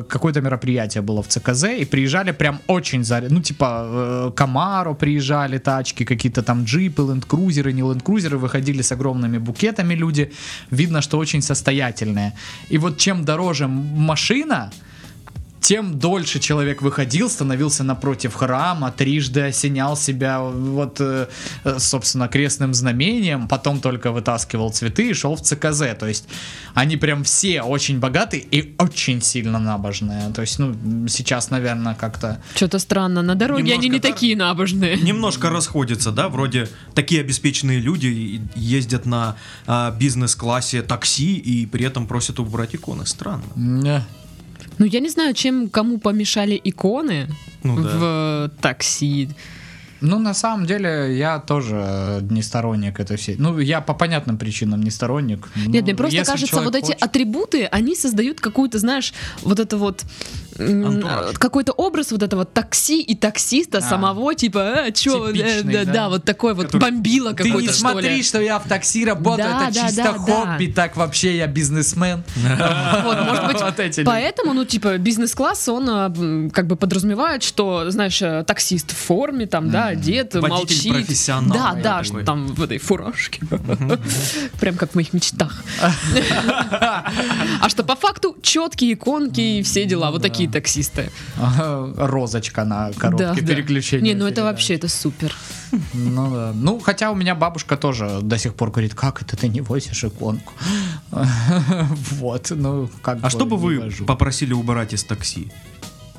э, какое-то мероприятие было в ЦКЗ, и приезжали прям очень, заря... ну типа э, Камаро приезжали, тачки, какие-то там джипы, ленд-крузеры, не ленд-крузеры, выходили с огромными букетами люди, видно, что очень состоятельные. И вот чем дороже м- машина, тем дольше человек выходил, становился напротив храма, трижды осенял себя вот, э, э, собственно, крестным знамением, потом только вытаскивал цветы и шел в ЦКЗ. То есть они прям все очень богатые и очень сильно набожные. То есть, ну, сейчас, наверное, как-то... Что-то странно. На дороге они Немножко не да. такие набожные. Немножко расходится, да, вроде такие обеспеченные люди и- и ездят на а, бизнес-классе такси и при этом просят убрать иконы. Странно. Ну, я не знаю, чем кому помешали иконы Ну да. в э, такси. Ну, на самом деле, я тоже э, не сторонник этой всей... Ну, я по понятным причинам не сторонник. Нет, Ну, мне просто если кажется, человек вот эти хочет- атрибуты, они создают какую-то, знаешь, вот это вот м, э, Антураж. какой-то образ вот этого такси и таксиста А. самого, типа, э, чё, э, Типичный, да, да. да, вот такой вот Который- бомбила Ты какой-то, не что смотри, ли. что я в такси работаю, Да, это да, чисто да, да. хобби, так вообще я бизнесмен. Вот, может быть, Вот эти люди. Поэтому, ну, типа, бизнес-класс, он а, м, как бы подразумевает, что, знаешь, э, таксист в форме, там, да, одет, Водитель молчит. профессионал, Да, я да, такой. что там в этой фуражке. Прям как в моих мечтах. А что по факту четкие иконки и все ну дела, вот такие таксисты. Ага, Розочка на Да, коробке да. переключения. Не, ну это передач. вообще, это супер. Ну да. Ну, хотя у меня бабушка тоже до сих пор говорит, как это ты не возишь иконку? Вот, ну как А что бы не вы вожу. попросили убрать из такси?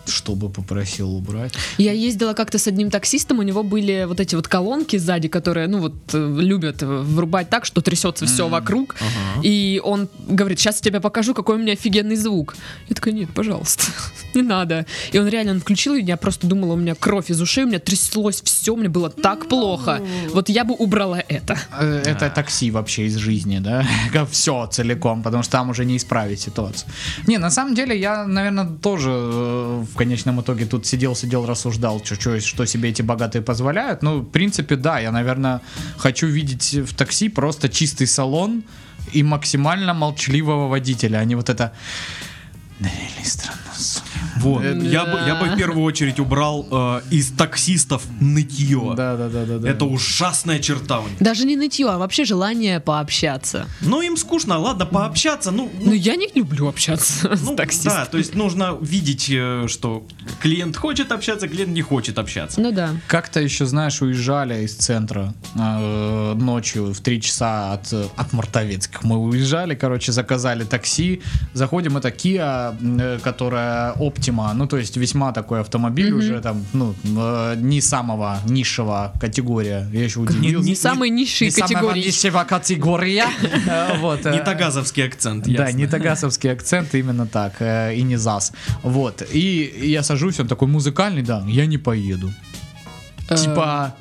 Что бы попросил убрать? Я ездила как-то с одним таксистом, у него были вот эти вот колонки сзади, которые, ну вот, э, любят э, врубать так, что трясется все вокруг. И он говорит, сейчас я тебе покажу, какой у меня офигенный звук. Я такая, нет, пожалуйста, не надо. И он реально он включил, и я просто думала, у меня кровь из ушей, у меня тряслось все, мне было так плохо. Вот я бы убрала это. Э, Это такси вообще из жизни, да? Все целиком, потому что там уже не исправить ситуацию. Не, на самом деле я, наверное, тоже э, в конечном итоге тут сидел, сидел, рассуждал, чё- чё- что себе эти богатые позволяют. Ну, в принципе, да, я, наверное, хочу видеть в такси просто чистый салон и максимально молчаливого водителя, а не вот это... Довели страну, сука». Вот. Это- Я, бы, я бы в первую очередь убрал э, из таксистов нытье. Да, да, да, да, да. Это ужасная черта у них. Даже не нытье, а вообще желание пообщаться. Но им скучно, ладно, пообщаться, ну, Ну, я не люблю общаться ну, с таксистом. да, то есть нужно видеть, э, что клиент хочет общаться, клиент не хочет общаться. Ну да. Как-то еще, знаешь, уезжали из центра э, ночью в 3 часа от, э, от Мартовецких. Мы уезжали, короче, заказали такси. Заходим, это Kia, э, которая Optima, ну то есть весьма такой автомобиль Мгм. уже там, ну, э, не самого низшего категория. Я еще Не- удивился. Не, не- самые низшие Не самого категории. низшего категория. Э, вот, э, Не тагазовский акцент, да, ясно. не тагасовский акцент, именно так, э, и не ЗАС. Вот, и я сажусь, он такой музыкальный, да, я не поеду. Э, Типа,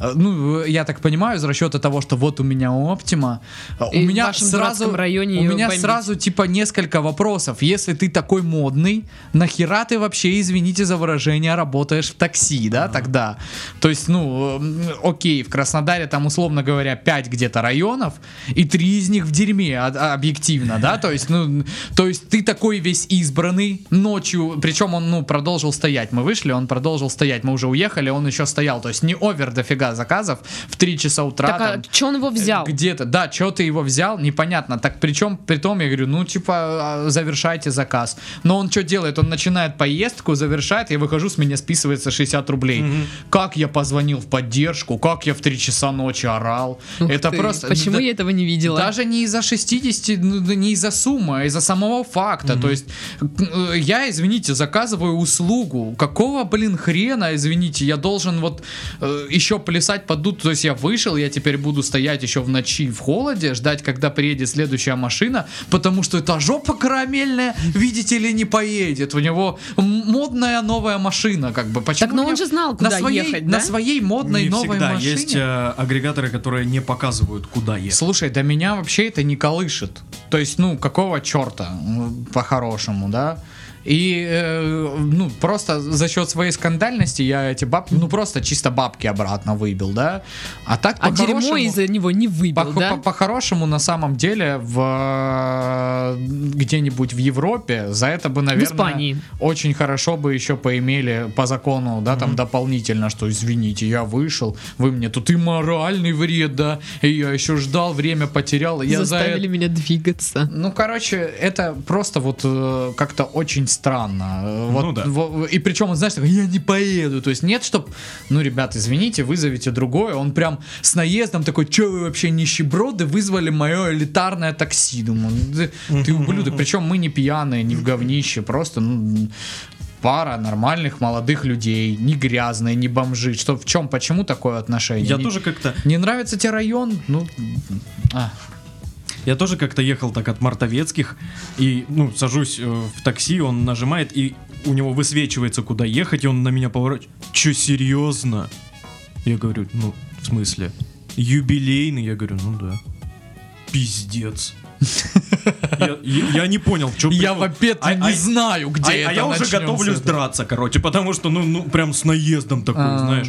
э, ну, я так понимаю, из расчета того, что вот у меня Оптима, э, у И в меня вашем сразу, дурацком районе у её меня бомбить. сразу типа несколько вопросов. Если ты такой модный, нахера ты вообще, извините за выражение, работаешь в такси, да, тогда? То есть, ну, э, м, окей, в Краснодаре там, условно говоря, 5 где-то районов, и три из них в дерьме, а- а- объективно, да, то есть, ну, то есть ты такой весь избранный ночью, причем он, ну, продолжил стоять, мы вышли, он продолжил стоять, мы уже уехали, он еще стоял, то есть не овер дофига заказов в 3 часа утра. Так, а там. э, чё он его взял? Где-то, да, что ты его взял, непонятно. Так причем, при том, я говорю, ну, типа, а, завершайте заказ. Но он что делает? Он начинает поездку, завершает, я выхожу, с меня списывается 60 рублей. Как я позвонил в поддержку, как я в 3 часа ночи орал. Ух Это ты, просто... Почему да- я этого не видела? даже не из-за 60, ну, да не из-за суммы, а из-за самого факта. То есть э, я, извините, заказываю услугу. Какого, блин, хрена, извините, я должен вот э, еще плясать под дудку. То есть я вышел, я теперь буду стоять еще в ночи в холоде, ждать, когда приедет следующая машина, потому что эта жопа карамельная, видите ли, не поедет. У него м- модная новая машина, как бы. Почему Так, но я он же знал, на куда своей, ехать, на да? своей модной Не новой всегда машине. есть э, агрегаторы, которые не показывают, куда ехать. Слушай, да меня вообще это не колышет. То есть, ну, какого черта, ну, по-хорошему, да? И, э, ну, просто за счет своей скандальности я эти бабки, ну, просто чисто бабки обратно выбил, да? А так, А дерьмо по-хорошему- из-за него не выбил, по- да? по- По-хорошему, на самом деле, в э, где-нибудь в Европе за это бы, наверное, Испании. очень хорошо бы еще поимели по закону, да, там дополнительно, что извините, я вышел, вы мне тут и моральный вред, да, и я еще ждал, время потерял, и я за это... Заставили меня двигаться. Ну, короче, это просто вот э, как-то очень странно. Э, Вот, Ну да. во- и причем он, знаешь, такой, я не поеду. То есть нет, чтоб, ну, ребят, извините, вызовите другое. Он прям с наездом такой, че вы вообще нищеброды, вызвали мое элитарное такси. Думаю, «Да ты, ублюдок. Причем мы не пьяные, не в говнище, просто, ну, пара нормальных молодых людей, не грязные, не бомжи. Что в чем, почему такое отношение? Я не, тоже как-то не нравится тебе район? Ну, а. Я тоже как-то ехал так от Мартовецких и, ну, сажусь э, в такси, он нажимает, и у него высвечивается, куда ехать, и он на меня поворачивает. Че, серьезно? Я говорю, ну, в смысле? Юбилейный? Я говорю, ну да. Пиздец. Я, я- я не понял, что... Я в опять а, не а- знаю, где а, это а я уже начнётся. готовлюсь драться, короче, потому что, ну, ну, прям с наездом такой, А. знаешь.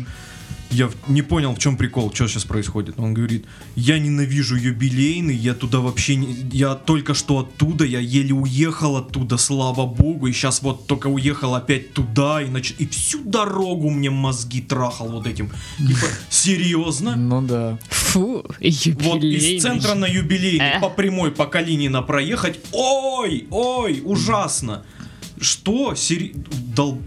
Я в- не понял, в чем прикол, что сейчас происходит. Он говорит, я ненавижу юбилейный, я туда вообще не... Я только что оттуда, я еле уехал оттуда, слава богу, и сейчас вот только уехал опять туда, и, нач... и всю дорогу мне мозги трахал вот этим. Типа, серьезно? Ну да. Фу, Вот юбилейный. из центра на юбилейный Э. по прямой по Калинина проехать. Ой, ой, ужасно. Что? Сери... Дол...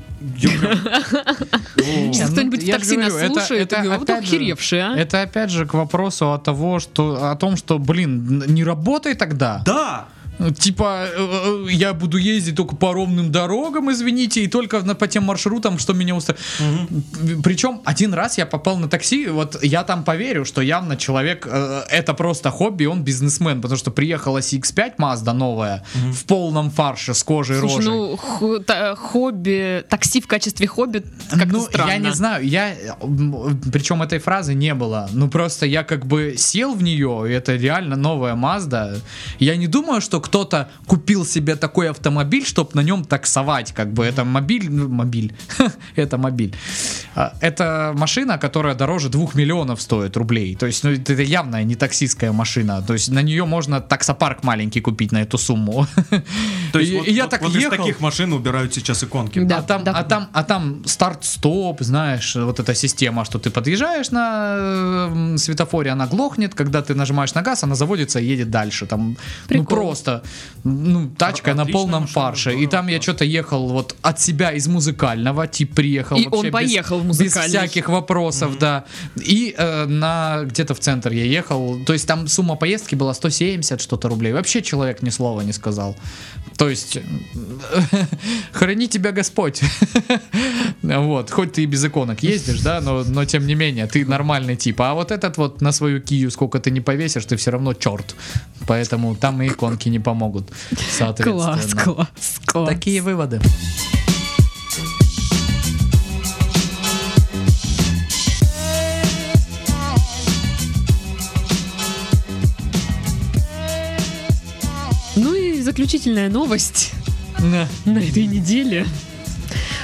Я прям- О. Сейчас Ну, кто-нибудь в я такси же нас говорю, это- слушает и это говорит, вот опять же- охеревший, а? Это опять же к вопросу о того, что о том, что, блин, н- не работай тогда. Да! Ну, Типа э, э, я буду ездить только по ровным дорогам, извините, и только на- по тем маршрутам, что меня устраивает. Причем один раз я попал на такси, вот я там поверю, что явно человек э, это просто хобби, он бизнесмен, потому что приехала CX-5 Mazda новая в полном фарше с кожей Слушай, рожей. ну, хо- та- хобби, такси в качестве хобби, как-то ну, странно. я не знаю, я причем этой фразы не было. Ну просто я как бы сел в нее, и это реально новая Мазда. Я не думаю, что кто-то купил себе такой автомобиль, чтобы на нем таксовать, как бы это мобиль, ну, мобиль, это мобиль. А, Это машина, которая дороже 2 миллионов стоит рублей. То есть, ну, это явно не таксистская машина. То есть, на нее можно таксопарк маленький купить на эту сумму. То есть И- вот, и я вот- так вот из ехал. таких машин убирают сейчас иконки. Да. а, там, а, доходно. там, а там старт-стоп, знаешь, вот эта система, что ты подъезжаешь на э, м, светофоре, она глохнет, когда ты нажимаешь на газ, она заводится и едет дальше. Там, ну Прикол. просто, ну, тачка на Отличная полном машина, фарше. И здорово, там я класс. что-то ехал вот от себя из музыкального, тип приехал И вообще он без- поехал в без музыкальный. всяких вопросов, да. И э, на где-то в центр я ехал. То есть там сумма поездки была 170 что-то рублей. Вообще человек ни слова не сказал. То есть храни тебя Господь. Вот, хоть ты и без иконок ездишь, да, но, но тем не менее, ты нормальный тип. А вот этот вот на свою кию, сколько ты не повесишь, ты все равно черт. Поэтому там и иконки не помогут. Соответственно. Класс, класс, класс. Такие выводы. Ну и заключительная новость на этой неделе.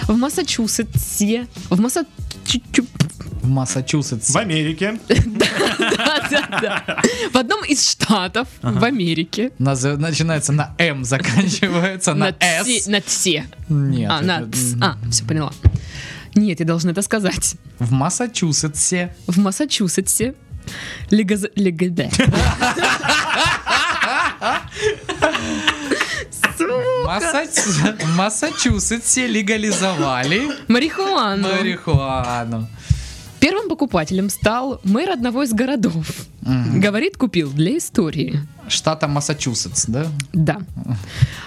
В Массачусетсе, в Масса... В Массачусетсе. В Америке. Да-да-да. В одном из штатов в Америке. Наз- Начинается на М, заканчивается на Тсе- С. На Тсе. Нет. А, на это- Тс. А, все поняла. Нет, я должна это сказать. В Массачусетсе. В Массачусетсе легаз- лега- бля. Массач- В Массачусетсе легализовали Марихуану. марихуану. Первым покупателем стал мэр одного из городов. Мгм. Говорит, купил для истории. Штата Массачусетс, да? Да.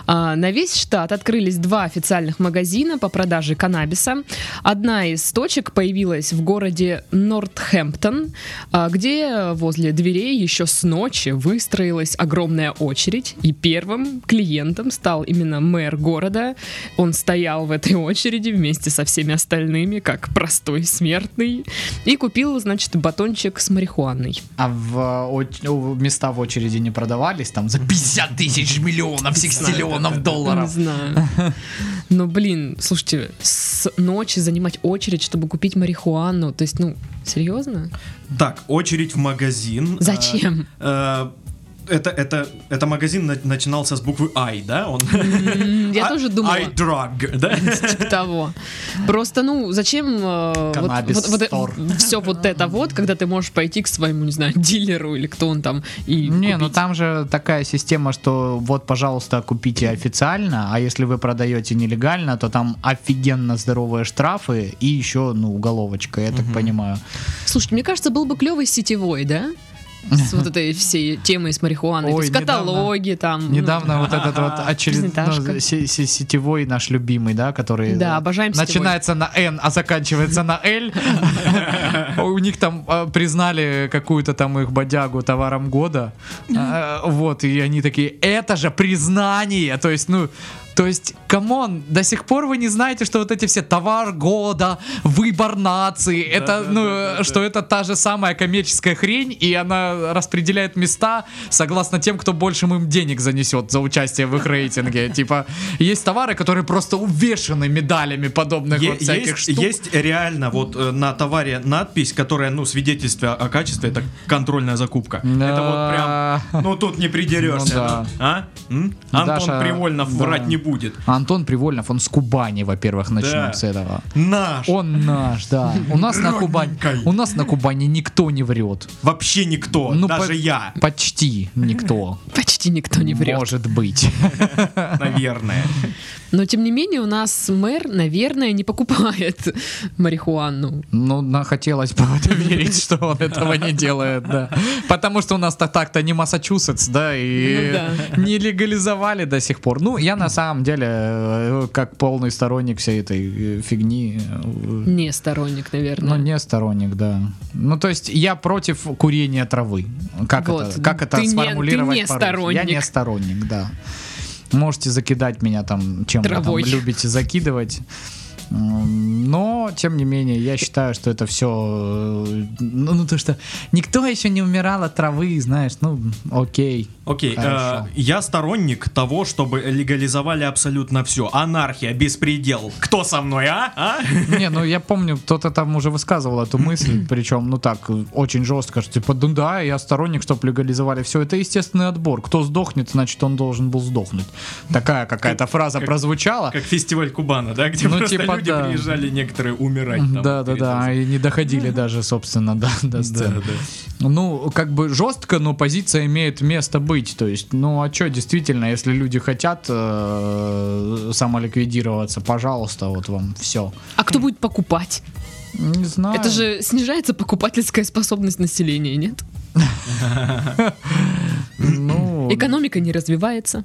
А, на весь штат открылись два официальных магазина по продаже каннабиса. Одна из точек появилась в городе Нортхэмптон, а, где возле дверей еще с ночи выстроилась огромная очередь. И первым клиентом стал именно мэр города. Он стоял в этой очереди вместе со всеми остальными, как простой смертный, и купил, значит, батончик с марихуаной. А в э, оч- о- места в очереди не продавались там за 50 тысяч миллионов, 60 миллионов Не долларов. знаю. Но, блин, слушайте, с ночи занимать очередь, чтобы купить марихуану. То есть, ну, серьезно? Так, очередь в магазин. Зачем? Э, э, Это, это, это магазин на- начинался с буквы I, да? Он... М, Я тоже думала I drug, да? типа того. Просто, ну, зачем э, Каннабис store. все вот это вот, когда ты можешь пойти к своему, не знаю, дилеру или кто он там и Не, ну купить? там же такая система, что вот, пожалуйста, купите официально, а если вы продаете нелегально, то там офигенно здоровые штрафы и еще, ну, уголовочка, я так понимаю. Слушайте, мне кажется, был бы клевый сетевой, да? С вот этой всей темой с марихуаной. То Ой, есть каталоги там. ну, Недавно вот этот вот Презентажка. очередной сетевой наш любимый, да, который Да, обожаем сетевой. начинается на N, а заканчивается на L. У них там э, признали какую-то там их бодягу товаром года. Э, Вот, и они такие, это же признание! То есть, ну, то есть, камон, до сих пор вы не знаете, что вот эти все товар года, выбор нации, это, ну, что это та же самая коммерческая хрень, и она распределяет места согласно тем, кто больше им денег занесет за участие в их рейтинге. Типа, есть товары, которые просто увешаны медалями подобных Е- вот всяких есть, штук. есть реально вот э, на товаре надпись, которая, ну, свидетельство о качестве, это контрольная закупка. Это вот прям... Да. Ну, тут не придерешься. Ну да. А? М? Антон Даша, Привольнов да. врать не будет. Антон Привольнов, он с Кубани, во-первых, начнем Да. с этого. Наш. Он наш, да. У нас на Кубани, у Родненькой. нас на Кубани никто не врет. Вообще никто, Ну, даже по- я, Почти никто. Почти никто не врет. Может быть. наверное. Но тем не менее у нас мэр, наверное, не покупает марихуану. Ну, на, хотелось бы в это верить, что он этого не делает, да. Потому что у нас-то так-то не Массачусетс, да, и Ну не легализовали до сих пор. Ну, я на самом деле, э, как полный сторонник всей этой э, фигни, э, Не сторонник, наверное. Ну, не сторонник, да. Ну, то есть я против курения травы. Как Вот. это, как это Ты не- ты сформулировать не по-русски? Я не сторонник. сторонник, да. Можете закидать меня там, чем вы там Травой. любите закидывать. М, Но Но, тем не менее, я считаю, что это все... Ну, ну, то, что никто еще не умирал от травы, знаешь, ну, окей. Окей, э, Хорошо. я сторонник того, чтобы легализовали абсолютно все. Анархия, беспредел. Кто со мной, а? а? Не, ну я помню, кто-то там уже высказывал эту мысль, причем, ну так, очень жестко, что типа, ну да, я сторонник, чтобы легализовали все. Это естественный отбор. Кто сдохнет, значит, он должен был сдохнуть. Такая какая-то фраза как- прозвучала. Как фестиваль Кубана, да? Где Ну, просто типа, люди да. приезжали некоторые умирать. там Да, да, перед да, и не доходили даже, собственно, до, до Да, сцены. да. Ну, как бы жестко, но позиция имеет место быть. То есть, ну а что, действительно, если люди хотят э, самоликвидироваться, пожалуйста, вот вам все. А кто будет покупать? Не знаю. Это же снижается покупательская способность населения, нет? ну, Экономика не развивается.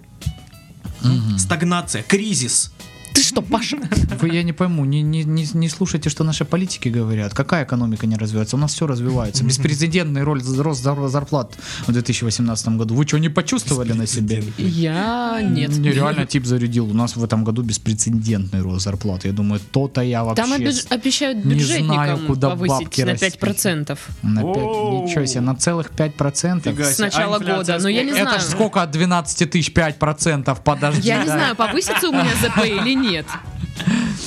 Стагнация, кризис. Ты что, Паша? Вы, я не пойму, не, не, не, не слушайте, что наши политики говорят. Какая экономика не развивается? У нас все развивается. Беспрецедентный роль рост зар- зарплат в 2018 году. Вы что, не почувствовали на себе? Я нет. Не, реально тип зарядил. У нас в этом году беспрецедентный рост зарплат. Я думаю, то-то я вообще... Там обе- обещают не бюджетникам знаю, куда повысить бабки на распихивать. 5%. на пять- Оу. Ничего себе, на целых 5%. Фига С начала инфляция года, но я не сколько? Это знаю. ж а сколько от 12 тысяч 5%? Подожди. Я не да. знаю, повысится у меня ЗП или нет.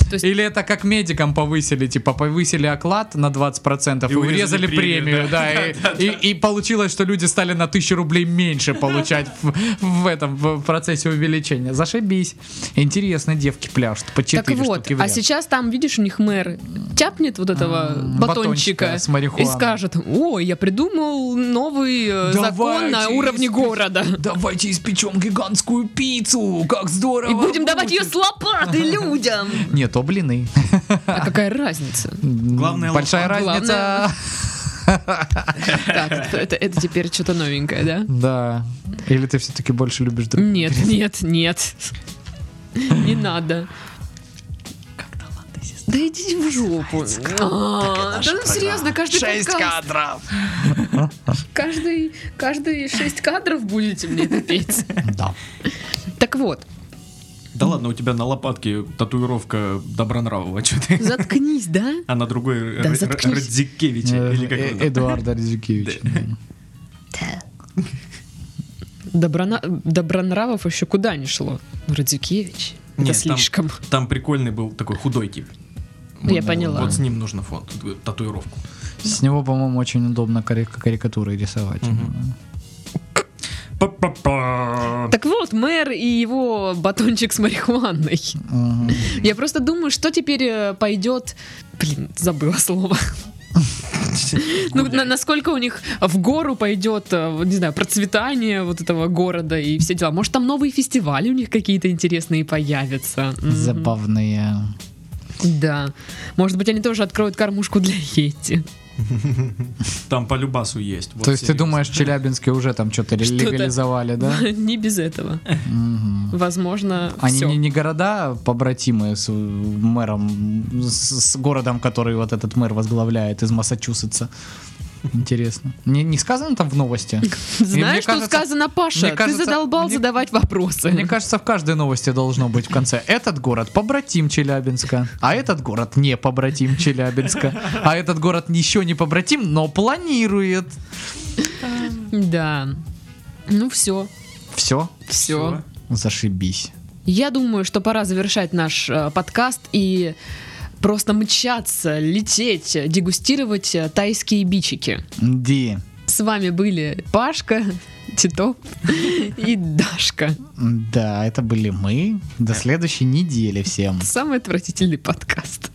То есть Или это как медикам повысили, типа повысили оклад на 20% и, И урезали урезали премию, премию, да, и, и- и получилось, что люди стали на 1000 рублей меньше получать в, в этом в процессе увеличения. Зашибись. Интересно, девки пляшут по 4 Так вот, штуки в а ряд. сейчас там, видишь, у них мэр тяпнет вот этого М, батончика, батончика с марихуаной. и скажет, ой, я придумал новый э, закон на Давайте уровне испе- города. Давайте испечем гигантскую пиццу, как здорово! И будем давать ее будет». с лопаты людям. Нет, то блины. А какая разница? Главное, Большая лопата. разница. Так, это, это теперь что-то новенькое, да? Да. Или ты все-таки больше любишь друг Нет, нет, нет. Не надо. Да идите в жопу. А, Да ну серьезно, каждый подкаст, кадров. каждый, каждый шесть кадров будете мне это петь. Да. Так вот, Да ладно, у тебя на лопатке татуировка Добронравова, что ты? заткнись, да? А на другой Да Р- Р- заткнись. Радзикевича, Э, или как э, его там? Эдуарда Резюкевича. Доброна... Добронравов еще куда не шло. Радзюкевич. Это Нет, там- слишком. Ну, Там прикольный был такой худой тип. Я поняла. Вот с ним нужно фон, татуировку. С него, по-моему, очень удобно кари- карикатуры рисовать. Мгм. Па-па-па. Так вот, мэр и его батончик с марихуаной. Мгм. Я просто думаю, что теперь э, пойдет... Блин, забыла слово. Ну, на- насколько у них в гору пойдет, э, вот, не знаю, процветание вот этого города и все дела. Может, там новые фестивали у них какие-то интересные появятся. Мгм. Забавные. Да. Может быть, они тоже откроют кормушку для Йети. Там по любасу есть. вот То есть ты серьезно. думаешь, в Челябинске уже там что-то Что-то. легализовали, да? Не без этого. Мгм. Возможно, Они всё. не, не города побратимы с э, мэром, с, с городом, который вот этот мэр возглавляет из Массачусетса. Интересно. Не, не сказано там в новости? Знаешь, что кажется- сказано, Паша? мне кажется, Ты задолбал мне- задавать вопросы. Мне кажется, в каждой новости должно быть в конце. Этот город побратим Челябинска, а этот город не побратим Челябинска, а этот город еще не побратим, но планирует. Да. Ну все, Все, все. Всё. зашибись. Я думаю, что пора завершать наш э, подкаст и просто мчаться, лететь, э, дегустировать э, тайские бичики. Ди, С вами были Пашка, Титов и Дашка. да, это были мы. До следующей недели всем. Самый отвратительный подкаст.